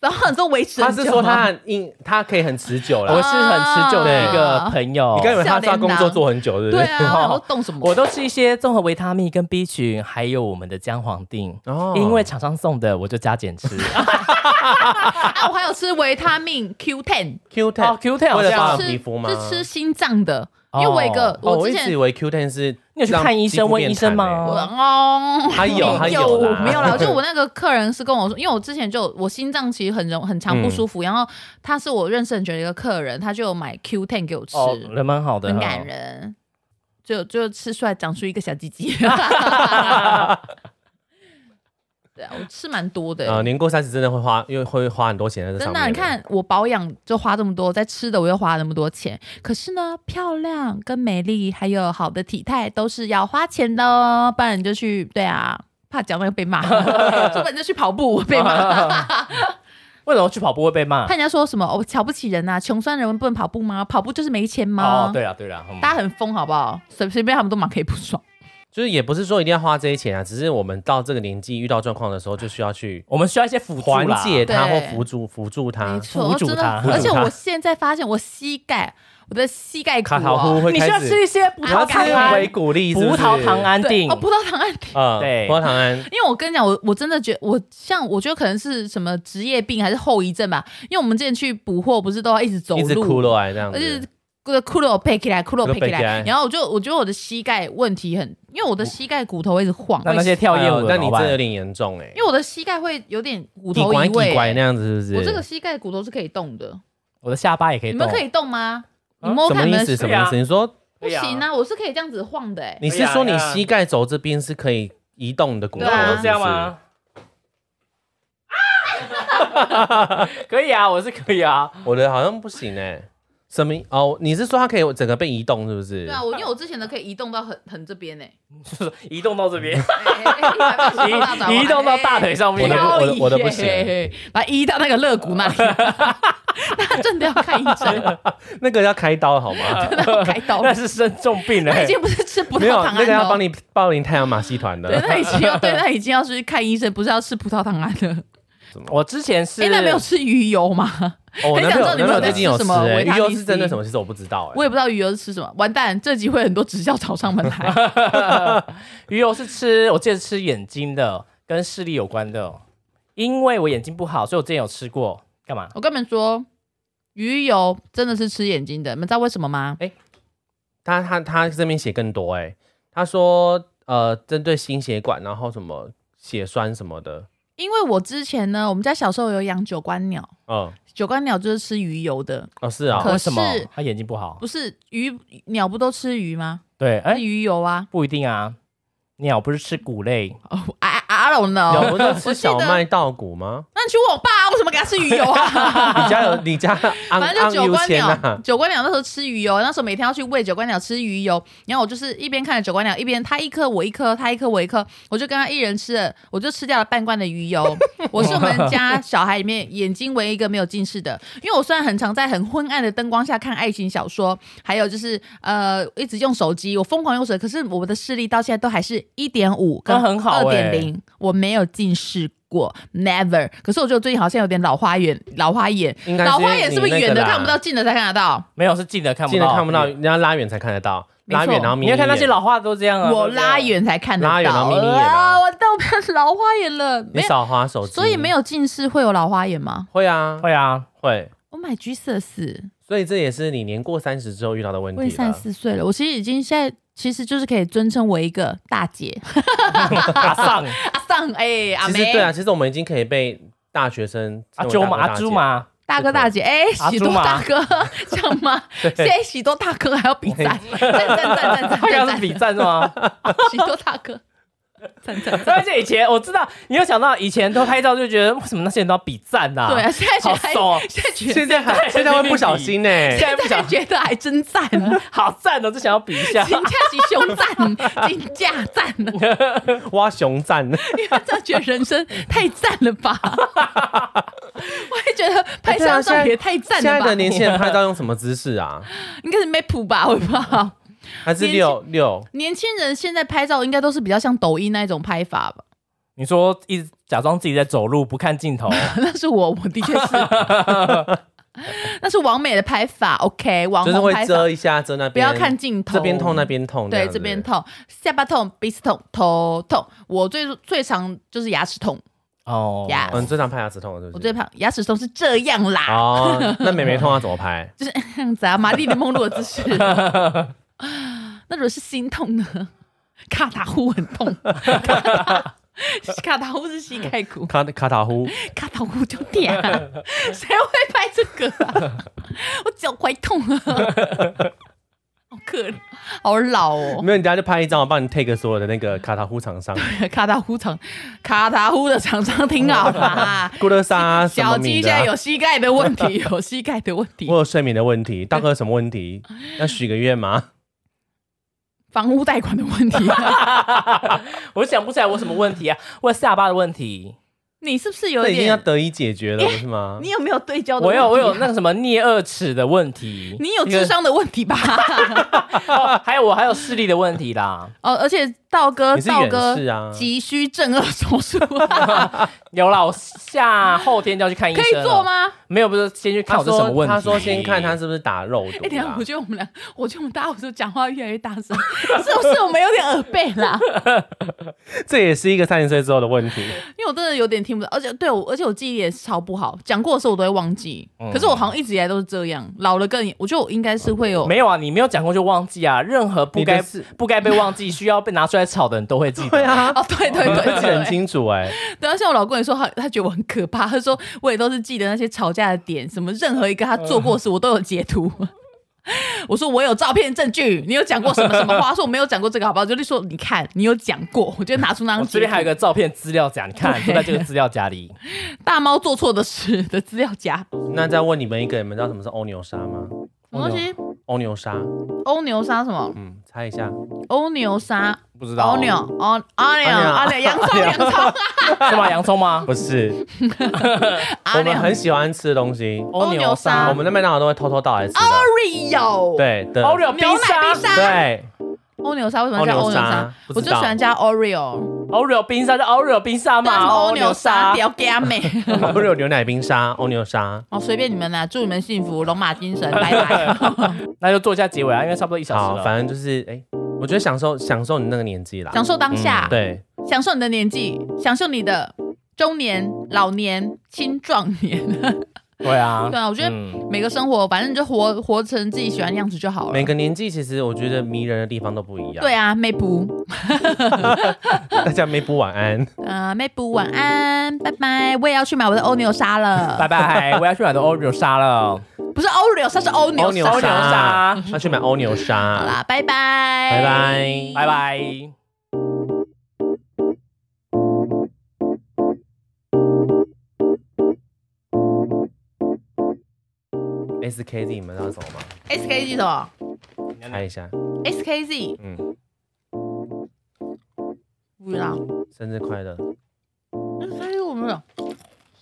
S2: 然后你说维持
S3: <laughs> 他
S2: 很
S3: 是
S2: 久吗，
S3: 说他很硬，他可以很持久
S1: 我
S2: 哦
S3: 啦。
S1: 是很持久的一个朋友
S3: <laughs> 你。刚以为他是要工作做很久，对不
S2: 对
S3: 对？哦
S2: 啊，然后动什么？
S1: 我都吃一些综合维他命跟 B 群，还有我们的姜黄定，
S2: 啊
S3: 哦
S1: 因为厂商送的，我就加减吃。
S2: 啊，我还有吃维他命 Q ten，
S3: Q
S1: 哦
S3: ten
S1: ，Q Ten 好
S3: 为了保
S1: 像
S3: 养
S2: 吃
S3: 啊皮肤吗
S2: 是吃心脏的，因为
S1: 哦
S2: 我有一个
S3: 哦，我
S2: 之
S3: 一直以
S2: 前。
S3: 为 Q ten 是
S1: 你有去看医生
S3: 让
S1: 问
S3: 肌肤
S1: 医生吗
S3: 变弹
S2: 我
S3: 欸
S2: 哦，
S3: 他 <laughs> 有他
S2: 没
S3: 有啦
S2: <laughs> 没有啦。就我那个客人是跟我说，因为我之前就我心脏其实很容很常
S3: 嗯
S2: 不舒服，然后他是我认识很久的一个客人，他就有买 Q ten 给我吃，
S1: 哦，人蛮好的，
S2: 很感。人，就就吃出来长出一个小鸡鸡。
S3: <laughs>
S2: 对啊，我吃蛮多的欸、
S3: <laughs> 呃，年过三十真的会花，因为会花很多钱在这
S2: 真
S3: 上
S2: 的
S3: 面。
S2: 啊、你，看我保养就花这么多，在吃的我又花那么多钱，可是呢，漂亮跟美丽还有好的体态都是要花钱的哦，不然你就去对啊，怕讲那个被骂，说不然就去跑步被骂，
S1: 为什么去跑步会被骂
S2: 怕？人家说什么我、哦、瞧不起人呐、穷酸人不能跑步吗？跑步就是没钱吗？
S1: 哦，对了对了，嗯
S2: 大家很疯好不好？随随便他们都蛮可以不爽。
S3: 就是也不是说一定要花这些钱啊，只是我们到这个年纪遇到状况的时候，就需要去
S1: 我们需要一些辅助
S3: 缓
S1: 啦
S3: 解它或
S2: 对
S3: 辅助辅助它
S2: 没。错，
S1: 扶住
S2: 真的，
S1: 他
S2: 而且
S3: 扶住他
S2: 我现在发现我膝盖，我的膝盖骨
S3: 卡桃
S2: 哦
S3: 呼会
S1: 你需要
S3: 开
S1: 吃
S3: 始，
S1: 一些葡
S3: 你要
S1: 萄糖
S3: 吃维
S1: 胺，
S3: 骨力是不是
S1: 葡萄糖，安
S2: 对
S1: 定
S2: 哦，。葡萄糖胺。
S3: 嗯，
S1: 对
S3: 葡萄糖胺，
S2: 因为我跟你讲，我我真的觉得我像我觉得可能是什么职业病还是后遗症吧，因为我们之前去捕获不是都要一直走
S3: 一直
S2: 路，
S3: 哭落来这样
S2: 而且
S3: 子。
S2: 骷骷髅配起来，骷髅配起
S3: 骷髅背起
S2: 来
S3: 来，
S2: 然后我就我觉得我的膝盖问题很，因为我的膝盖骨头会一直晃，
S1: 那那些跳
S3: 哎
S1: 艳舞
S3: 呦
S1: 的
S3: 那
S1: 怎
S3: 你
S1: 么
S3: 真
S1: 办
S3: 的有点严重哎
S2: 因，为我的膝盖会有点骨
S3: 底
S2: 头
S3: 拐
S2: 移
S3: 底
S2: 位、欸
S3: 拐那样子是不是？
S2: 我这个膝盖骨头是可以动的，
S1: 我的下巴也可以
S2: 你
S1: 动，
S2: 们可以动吗？你摸
S3: 什
S2: 看
S3: 么
S2: 你
S3: 意
S2: 们
S3: 思？
S2: 的
S3: 什么意思？
S1: 对
S3: 你说
S2: 不行啊，我是可以这样子晃的、欸，
S3: 你
S1: 哎
S3: 是说你膝盖轴这边是可以移动的骨头
S2: 对啊
S1: 我
S3: 是不
S1: 是
S3: 是
S1: 这样？吗？可以啊，我是可以啊。
S3: 我的好像不行哎。什么？哦，你是说它可以整个被移动是不是？
S2: 对啊，我因为我之前的可以移动到很很这边呢、欸，
S1: 就是移动到这边，移
S2: 移
S1: 移动到大腿上面
S3: 我的不我的我的不行
S2: 行，把移到那个肋骨那里，那真的要看医生，
S3: 那个要开刀
S1: <laughs>
S3: 好吗？
S2: 真的要开刀。
S1: 那是生重病了、
S2: 那已经不是吃葡
S3: 没有
S2: 萄，糖
S3: 那
S2: 胺
S3: 个要
S2: 了
S3: 帮，你报名太阳马戏团
S2: 对， <laughs>
S3: 的。
S2: 那已经要对，那已经要去看医生，不是要吃葡萄糖胺了。
S1: 我之前是，
S2: 哎，那没有吃鱼油吗？
S3: 哦，我
S2: 很
S3: 男
S2: 想
S3: 朋
S2: 知道你
S3: 友我男朋友
S2: 们有在
S3: 最近有
S2: 吃
S3: 吃
S2: 什么
S3: 哎，
S2: 维
S3: 鱼
S2: 他
S3: 油
S2: 命
S3: 是真的
S2: C
S3: 什么？其实我不知道
S2: 我
S3: 哎。
S2: 也不知道鱼油是吃什么，完蛋，这集会很多直销找上门来。
S1: 鱼油是吃，我记得吃眼睛的，跟视力有关的。因为我眼睛不好，所以我之前有吃过。干嘛？
S2: 我跟你们说，鱼油真的是吃眼睛的，你们知道为什么吗？
S3: 他他他这边写更多哎，他说呃，针对心血管，然后什么血栓什么的，
S2: 因为我之前呢，我们家小时候有养九官鸟，
S3: 嗯，
S2: 九官鸟就是吃鱼油的，
S3: 哦是啊，
S2: 可
S1: 为什么
S2: 是
S1: 他眼睛不好？
S2: 不是鱼鸟不都吃鱼吗？
S1: 对，哎、
S2: 是鱼油啊。
S1: 不一定啊。鸟不是吃谷类，
S2: 哦，I I don't
S3: 有
S2: know。
S3: 不是吃
S2: <laughs>
S3: 小
S2: 我记得
S3: 麦稻谷吗？
S2: 那你去问我爸、啊，为什么给他吃鱼油啊？
S3: 你家有
S2: <laughs>
S3: 你家昂
S2: 反正
S3: 昂
S2: 就九
S3: 优
S2: 官
S3: 先
S2: 鸟
S3: 啊，，
S2: 九官鸟那时候吃鱼哦油，那时候每天要去喂九官鸟吃鱼油，然后我就是一边看着九官鸟，一边他一颗我一颗，他一颗我一颗，我就跟他一人吃了，我就吃掉了半罐的鱼油。 <laughs> 我是我们家小孩里面眼睛唯一一个没有近视的，因为我虽然很常在很昏暗的灯光下看爱情小说，还有就是呃一直用手机，我疯狂用手机，可是我的视力到现在都还是一点五跟
S1: 那很好
S2: 二
S1: 欸
S2: 点零，我没有近视。过 never，可是我觉得我最近好像有点老花眼，老花眼，
S3: <laughs> 应该
S2: 老花
S3: 因为
S2: 眼
S3: 你
S2: 是不是
S3: 那个
S2: 远的
S3: 啦
S2: 看不到，近的才看得到？
S1: 没有是近的看不到，
S3: 近的看不到，你要拉远才看得到，
S2: 没错
S3: 拉远然后眯
S1: 你要看那些
S3: 眼
S1: 老话都这样啊。
S2: 我
S1: 都这样
S2: 拉，远才看得
S3: 拉远然
S2: 到。
S3: 后眯眯眼啊
S2: 啊我到不了老花眼了，
S3: 你
S2: 没有，
S3: 少滑手机，
S2: 所以没有近视会有老花眼吗
S3: 会啊
S1: 会啊，
S3: 会，
S2: ？Oh my Jesus！
S3: 所以这也是你年过三十之后遇到的问
S2: 我也
S3: 题
S2: 三
S3: 了
S2: 十。四岁了，我其实已经现在其实就是可以尊称为一个大姐 <laughs>
S1: 阿
S3: <laughs>
S1: 上
S2: 阿尚哎阿
S3: 其
S2: 梅
S3: 实对啊，其实我们已经可以被大学生
S1: 阿舅嘛，阿
S3: 猪
S1: 猪，嘛，
S2: 大哥大姐
S3: 啊
S2: 哎
S1: 阿
S2: 喜
S1: 朱
S2: 多
S1: 嘛
S2: 大哥
S3: <laughs>
S2: 这样吗？现在喜多大哥还要比赞，
S3: 哎
S2: 赞赞赞赞
S3: <laughs>
S1: 他刚刚
S2: 赞
S1: 是比赞是吗？
S2: 赞，喜多大哥赞赞赞，
S1: 而且以前我知道，你有想到以前都拍照就觉得为什么那些人都要比赞呐、
S2: 对啊，现在觉
S1: 好
S2: 得还
S1: 怂哦
S2: 现在觉得
S3: 现在还现在会不小心呢、欸
S1: 现在不
S2: 现在
S1: 想
S2: 觉得还真赞啊呢。
S1: 好赞哦，就想要比一下。
S2: 金价是凶赞，金价赞了，
S3: 挖熊
S2: <laughs>
S3: 赞，
S2: 因为这觉得人生太赞了吧？我也觉得拍
S3: 对啊
S2: 相照
S3: 现在
S2: 也太赞
S3: 哎啊现
S2: 了
S3: 在
S2: 吧
S3: 的？年轻人拍照用什么姿势
S2: <laughs>
S3: 啊？
S2: 应该是没谱吧，我也不知道。
S3: 还是六六？
S2: 年轻人现在拍照应该都是比较像抖音那一种拍法吧？ <laughs>
S1: 你说一直假装自己在走路不看镜头，
S2: 那是我，我的确是，那是王美的拍法。OK，网
S3: 就是
S2: 红
S3: 会
S2: 拍法
S3: 遮，一下，遮那
S2: 不
S3: 边，
S2: 要看镜头，
S3: 这边痛那边痛，
S2: 对，
S3: 样子
S2: 这边。痛，下巴痛，鼻子痛，头痛。我最最常就是牙齿痛，
S1: 哦
S2: 呀
S3: 嗯，最常拍牙齿痛的是
S2: 我
S3: 不
S2: 最
S3: 是？
S2: 怕牙齿痛是这样啦。
S3: 哦，那美眉痛要怎么拍？
S2: <laughs> 就是这样子啊，玛丽莲梦露的姿势。 <laughs> 那如果是心痛呢？卡塔呼很痛，卡塔呼是膝盖骨，
S3: 卡卡
S2: <laughs>
S3: 塔呼，
S2: 卡塔呼就点、谁会拍这个、啊？我脚踝痛啊，好可怜，好老哦。
S3: 没有，你等下就拍一张，我帮你 take 所有的
S2: <laughs>
S3: 那个卡塔呼厂商，
S2: 卡塔呼厂，卡塔呼的厂商听好了啊、
S3: 顾乐莎什么
S2: 小鸡
S3: 名
S2: 现
S3: 的啊
S2: 在有膝盖的问题，有膝盖的问题 <laughs>
S3: 我，有睡眠的问题，大哥有什么问题？要许个愿吗？
S2: 房屋贷款的问题、啊
S1: 我想不起来我什么问题啊，我有下巴的问题，
S2: 你是不是有
S3: 这已经要
S2: 点？
S3: 得以解
S2: <laughs>
S3: 决了，不是吗
S2: 你？有没有对
S3: 哦
S2: 焦的
S1: 我
S2: 问题、啊
S1: 有我
S3: 啊
S1: 有那个什么颞二齿的问题，
S2: 你有智商的问题吧？
S1: 哦， <laughs> 还有我还有视力的问题啦，
S2: <laughs> 哦，而且道哥，
S3: 你是
S2: 道
S3: 远
S2: 哥
S3: 视啊
S2: 急需正颚手
S3: <laughs>
S2: 术，
S1: 有啦，我下后天就要去看医
S2: 可
S1: 生，
S2: 以做？吗？
S1: 没有，不是先去看
S3: 他
S1: 我这什么
S3: 说
S1: 问题？
S3: 他说先看他是不是打肉
S2: 哎、
S3: 毒
S2: 等一下，
S3: 啦
S2: 我。觉得我们俩，我觉得我们大家伙是讲话越来越 <laughs> 大声，是不是我们有点耳背 <laughs> 啦？
S3: 这也是一个三十岁之后的问题。
S2: 因为我真的有点听不到，而且对我，而且我记忆力也是超不好，讲过的时候我都会忘记。
S3: 哦
S1: 嗯
S2: 可是我好像一直以来都是这样，老了更，我觉得我应该是会有。
S1: 没有啊，你没有讲过就忘记啊，任何不
S3: 你
S1: 该
S3: 的事
S1: 不该被忘记、需要被拿出来吵的，你都会记得。
S3: 对啊，
S2: 哦，对 <laughs> 对
S3: 你
S2: 对
S3: <laughs> 会
S2: 对
S3: 记得很
S2: 对，
S3: 清楚哎、
S2: 对啊，像我老公也说他，他觉得我很可怕，他说我也都是记得那些吵架的点，什么任何一个他
S1: 嗯
S2: 做过的事，我都有截图。 <laughs> 我说我有照片证据，你有讲过什么什么话？他说我没有讲过这个，好不好？就是说你看，你有讲过，我就拿出那
S1: 我
S2: 张
S1: 这
S2: 截
S1: 边
S2: 图
S1: 还有一个照片资料夹，你看
S2: 对
S1: 就在这个资料夹里。
S2: 大猫做错的事的资料夹。
S3: 那再问你们一个，你们知道什么是欧牛沙吗？
S2: 什么东西？
S1: 哦
S3: 欧牛沙，
S2: 欧牛沙什么？
S3: 嗯，猜一下，
S2: 欧牛沙？
S1: 不知道
S2: 欧牛？哦欧欧牛？欧牛？洋葱？洋葱？
S1: 是吗？洋葱吗？
S3: 不是，
S2: 阿
S3: <laughs> 我们
S2: 亮
S3: 很喜欢吃的东西，
S2: 欧牛沙
S3: 我们在麦当劳都会偷偷倒来吃的。
S2: Oreo。，
S3: 对的，
S1: 欧牛冰
S2: 牛奶
S1: 沙
S2: 冰沙。
S3: 对，
S2: 欧牛沙为什么要叫欧牛
S3: 欧牛沙
S2: 沙？
S3: 不
S2: 我
S3: 知
S2: 就
S3: 道
S2: 喜欢加 Oreo。
S1: ，Oreo 冰沙是 Oreo 冰啊沙
S2: 但什
S1: 嘛？哦
S2: 么欧啊牛沙？屌干妹！
S3: 欧牛牛奶冰沙，欧牛沙。
S2: <laughs> 哦，随便你们啦，祝你们幸福，龙马精神，拜拜。
S1: 那就做一下结尾啊，因为差不多一小
S3: 好
S1: 时，了。
S3: 反正就是，哎、我觉得享受享受你那个年纪啦。
S2: 享受当下，
S3: 对，
S2: 享受你的年纪，享受你的中年、老年、青壮年。
S1: 对啊，
S2: 对啊，我觉得
S1: 嗯
S2: 每个生活，反正你就活活成自己喜欢的样子就好了。
S3: 每个年纪其实我觉得迷人的地方都不一样。
S2: 对，啊，妹布，
S3: <laughs> 大家没补晚安。
S2: 呃，妹布晚安，拜拜。我也要去买我的欧牛沙了，
S1: 拜拜，我要去买的 Oreo 沙了，
S2: 不是欧牛沙，是欧牛
S3: 欧牛
S2: 沙。
S1: 欧牛沙，
S3: <laughs> 要去买哦欧牛沙。
S2: 好啦，拜拜，
S3: 拜拜
S1: 拜拜。
S3: SKZ 你们知道什么吗？
S2: SKZ 什么
S3: 猜一下，
S2: ？SKZ
S3: 嗯，
S2: 不知道。
S3: 生日快乐，
S2: SKZ 我们哎有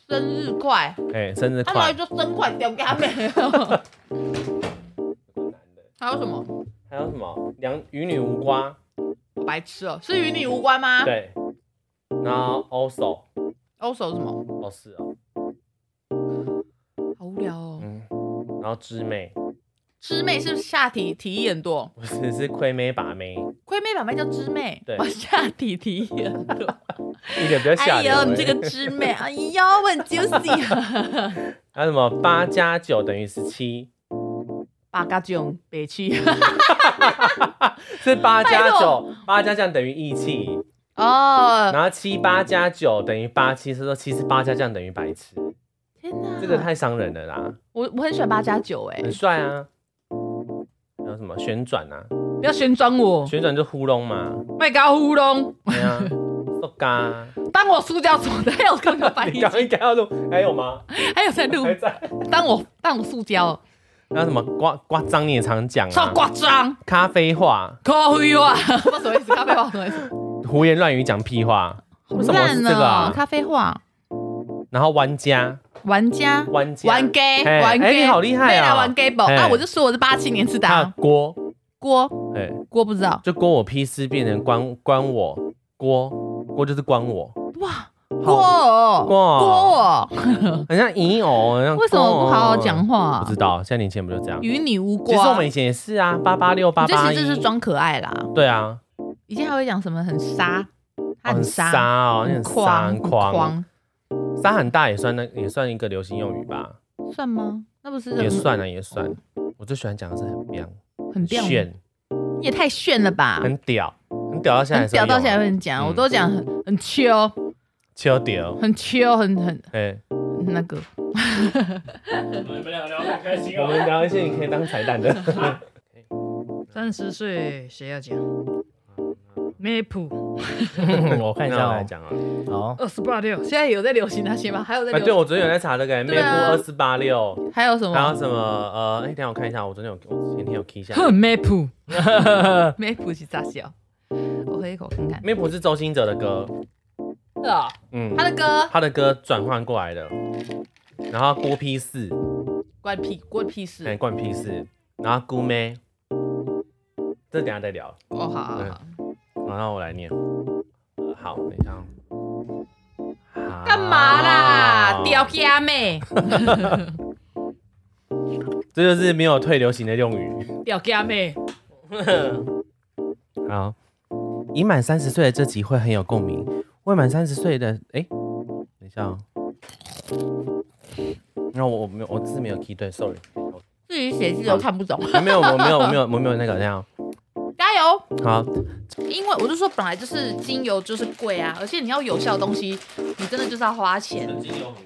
S2: 生日快，
S3: 哎、生日
S2: 他来
S3: 快，
S2: 就生快屌干
S3: <laughs>
S2: 妹。还有什么？
S3: 还有什么？两与女无瓜，
S2: 我白痴哦，是与你无关吗？
S3: 对，然后 also，
S2: 欧手是什么？
S3: 哦是哦，
S2: 好无聊哦。
S3: 嗯，然后知妹
S2: 知妹是不是下体体液很多？
S3: 不是是亏妹把妹，
S2: 亏妹把妹叫知妹，
S3: 对
S2: 我下体体液很多。
S3: 一点比较下
S2: 哎
S3: 流、
S2: 呦，你
S3: 哎
S2: 这个知
S3: <laughs>
S2: 妹，哎呦，我很 juicy。啊
S3: 还有什么八加九等于十七？
S2: 八嘎囧，北
S3: <laughs>
S2: 区。
S3: 是八加
S2: 拜
S3: 九
S2: 托，
S3: 八加酱等于义气，
S2: 哦，
S3: 然后七八加九等于八七，是说七是八加酱等于白痴，
S2: 天哪！
S3: 这个太伤人了啦，
S2: 我我很喜欢八加九哎
S3: 很，帅啊。还有什么旋转啊？
S2: 不要旋转我，
S3: 旋转就糊弄嘛，
S2: 卖高乌龙，
S3: 对啊，so <laughs> 嘎。啊
S2: 当我塑胶手袋，还有刚刚翻
S3: <laughs> 你
S2: 译
S3: 刚，刚应该要录，还有吗？
S2: 还有在录
S3: 还，在。
S2: 当我当我塑胶，
S3: 还有什么刮刮脏你也常讲
S2: 超
S3: 啊，
S2: 夸张，
S3: 咖啡话、
S2: 可以啊，不好意思，咖啡话，不好意思，
S3: 胡言乱语、讲屁话，为什么是这个
S2: 哦，
S3: 啊？
S2: 咖啡话，
S3: 然后玩家，
S2: 玩家。
S3: 玩家，
S2: 玩 gay，
S3: 哎
S2: 玩 gay，
S3: 哎你好厉害啊
S2: 没来玩 gay 宝
S3: 哎
S2: 啊！我就说我是八七年次的
S3: 还有
S2: 啊，
S3: 锅，
S2: 锅
S3: 哎，
S2: 锅不知道，
S3: 就关我屁事，变成关关我锅锅就是关我，
S2: 哇，
S3: 好
S2: 锅哦
S3: 锅哦
S2: 锅哦，
S3: 很像咦哦，很像
S2: 为什么不好好讲
S3: 话？
S2: 话
S3: 不
S2: 啊
S3: 知？道，现在年轻人不就这样？
S2: 与你无
S3: 其
S2: 关。
S3: 实我们以前也是啊，八八六八
S2: 你这
S3: 八
S2: 其实就是
S3: 一，
S2: 装可爱啦。
S3: 对啊，
S2: 以前还会讲什么很沙，他
S3: 哦很
S2: 沙，
S3: 沙哦，你很沙
S2: 狂
S3: 很狂，，沙很大也算那也算一个流行用语吧，
S2: 算吗？那不是
S3: 也算啊也算。我最喜欢讲的是很彪、
S2: 很屌吗，
S3: 炫、
S2: 你也太炫了吧！
S3: 很屌、很屌到现在还
S2: 很
S3: 是会
S2: 屌
S3: 用啊，
S2: 到现在会讲，
S3: 嗯
S2: 我都讲很很秋，
S3: 超屌，
S2: 很秋，很很
S3: 哎，
S2: 很那个。
S1: 你们俩聊得很开心
S3: 我们聊一些你可以当彩蛋的。
S2: 三十岁谁要讲？ map
S1: 我看一
S3: 那
S1: 下
S3: <laughs> 我来
S1: 哦，
S3: 讲啊，
S1: 好，
S2: 二四八六，现在有在流 <laughs> 行那些吗？还有在
S3: 啊，
S2: 流
S3: 对，
S2: 行？
S3: 我昨天有在查这个欸，妹
S2: 对
S3: 夫
S2: 啊
S3: 二四八六，
S2: 还有什
S3: 然
S2: 么
S3: 后什么呃，哎，等一下我看一下，我昨天有，我前天有 key
S2: <laughs>
S3: 一下。
S2: map map 是咋笑？我喝一口看看。
S3: 妹夫是周兴哲的歌，
S2: 是哦，
S3: 嗯，
S2: 他的歌
S3: 他的歌转换过来的，然后郭 P 四，
S2: 关屁关屁
S3: 哎，
S2: 事。
S3: 冠 P 四，然后姑妹，这等一下再聊，
S2: 哦，好好好。
S3: 然后我来念。呃好，等一下哦。好
S2: 干嘛
S3: 啊
S2: 啦？屌虾妹，
S3: 这就是没有退流行的用语。
S2: 屌虾妹，
S3: 好，已满三十岁的这集会很有共鸣，未满三十岁的，哎、等一下、哦。然后我我没有我字没有 key 对，sorry，
S2: 自己写字都看不懂。
S3: 没有我没有我没有我没有那个那样。
S2: 加油！
S3: 好，
S2: 因为我就说本来就是精油就是贵啊，而且你要有效的东西，你真的就是要花钱，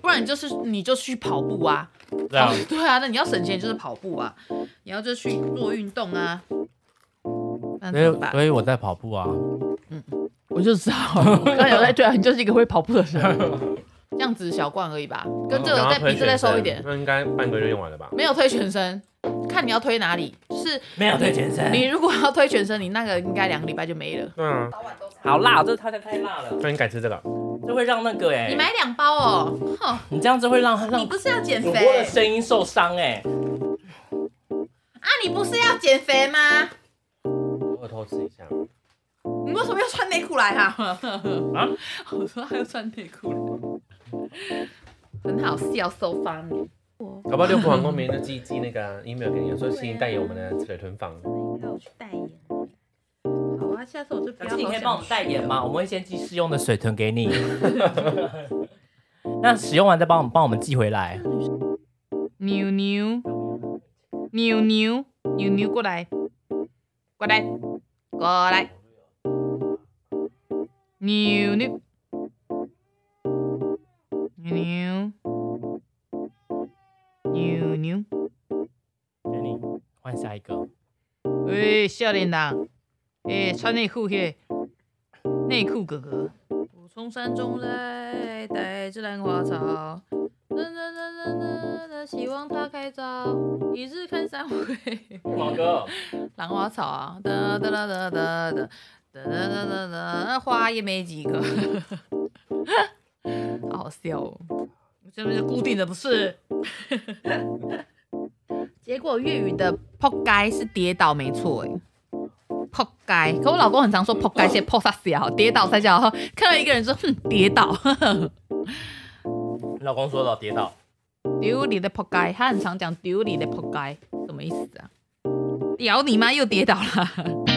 S2: 不然你就是你就去跑步啊。
S1: 这样
S2: 跑对啊，那你要省钱就是跑步啊，你要就去做运动啊。那怎
S1: 所
S2: 么
S1: 以
S2: 办？
S1: 所以我在跑步啊，
S2: 我就知道，我刚有在对啊，你就是一个会跑步的人。这样子小罐而已吧，跟这个再比这再收一点，
S3: 那应该半个月用完了吧？
S2: 没有推全身，看你要推哪里。就是
S1: 没有对健身，
S2: 你如果要推全身，你那个应该两个礼拜就没了。
S3: 对啊，
S1: 好辣，这个汤酱太辣了，
S3: 那你改吃这个。
S1: 这会让那个哎，
S2: 你买两包哦，哼，
S1: 你这样子会让
S2: 你
S1: 让
S2: 不是要减
S1: 主播的
S2: 肥
S1: 声音受伤哎，
S2: 啊？你不是要减肥吗？
S3: 我偷吃一下。
S2: 你为什么要穿内裤来
S1: <laughs>
S2: 啊？啊？我说他要穿内裤来，很好笑，so funny。
S3: 搞不好六福皇宫明天就寄寄那个啊 email 给你，说请你代言我们的水豚坊。
S5: 要我去代言。
S2: 好啊，下次我就不
S1: 可
S2: 要。
S1: 是你可以帮我们代言吗？我们会先寄试用的水豚给
S2: <laughs>
S1: 你，那使用完再帮我们帮我们寄回来。
S2: 妞妞，妞妞，妞妞过来，过来，过来，妞妞，妞妞，妞妞，
S1: 给你换下一个，
S2: 喂，少年郎，诶，穿内裤去，内裤哥哥。我从山中来，带着兰花草，噔噔噔噔噔噔，希望它开早，一日看三 <laughs> 回。
S1: 毛哥，
S2: 兰花草啊，哒哒哒哒哒哒哒哒哒哒哒，花也没几个， <laughs> 好好笑哦！这边是固定的，不是？ <laughs> 结果粤语的“扑街”是跌倒，没错哎。扑街，可我老公很常说扑街，现在扑啥小，跌倒才叫。看到一个人说，哼，跌倒， <laughs>
S1: 老公说到跌倒，
S2: 丢你的扑街，他很常讲丢你的扑街，什么意思啊？屌你妈，又跌倒了。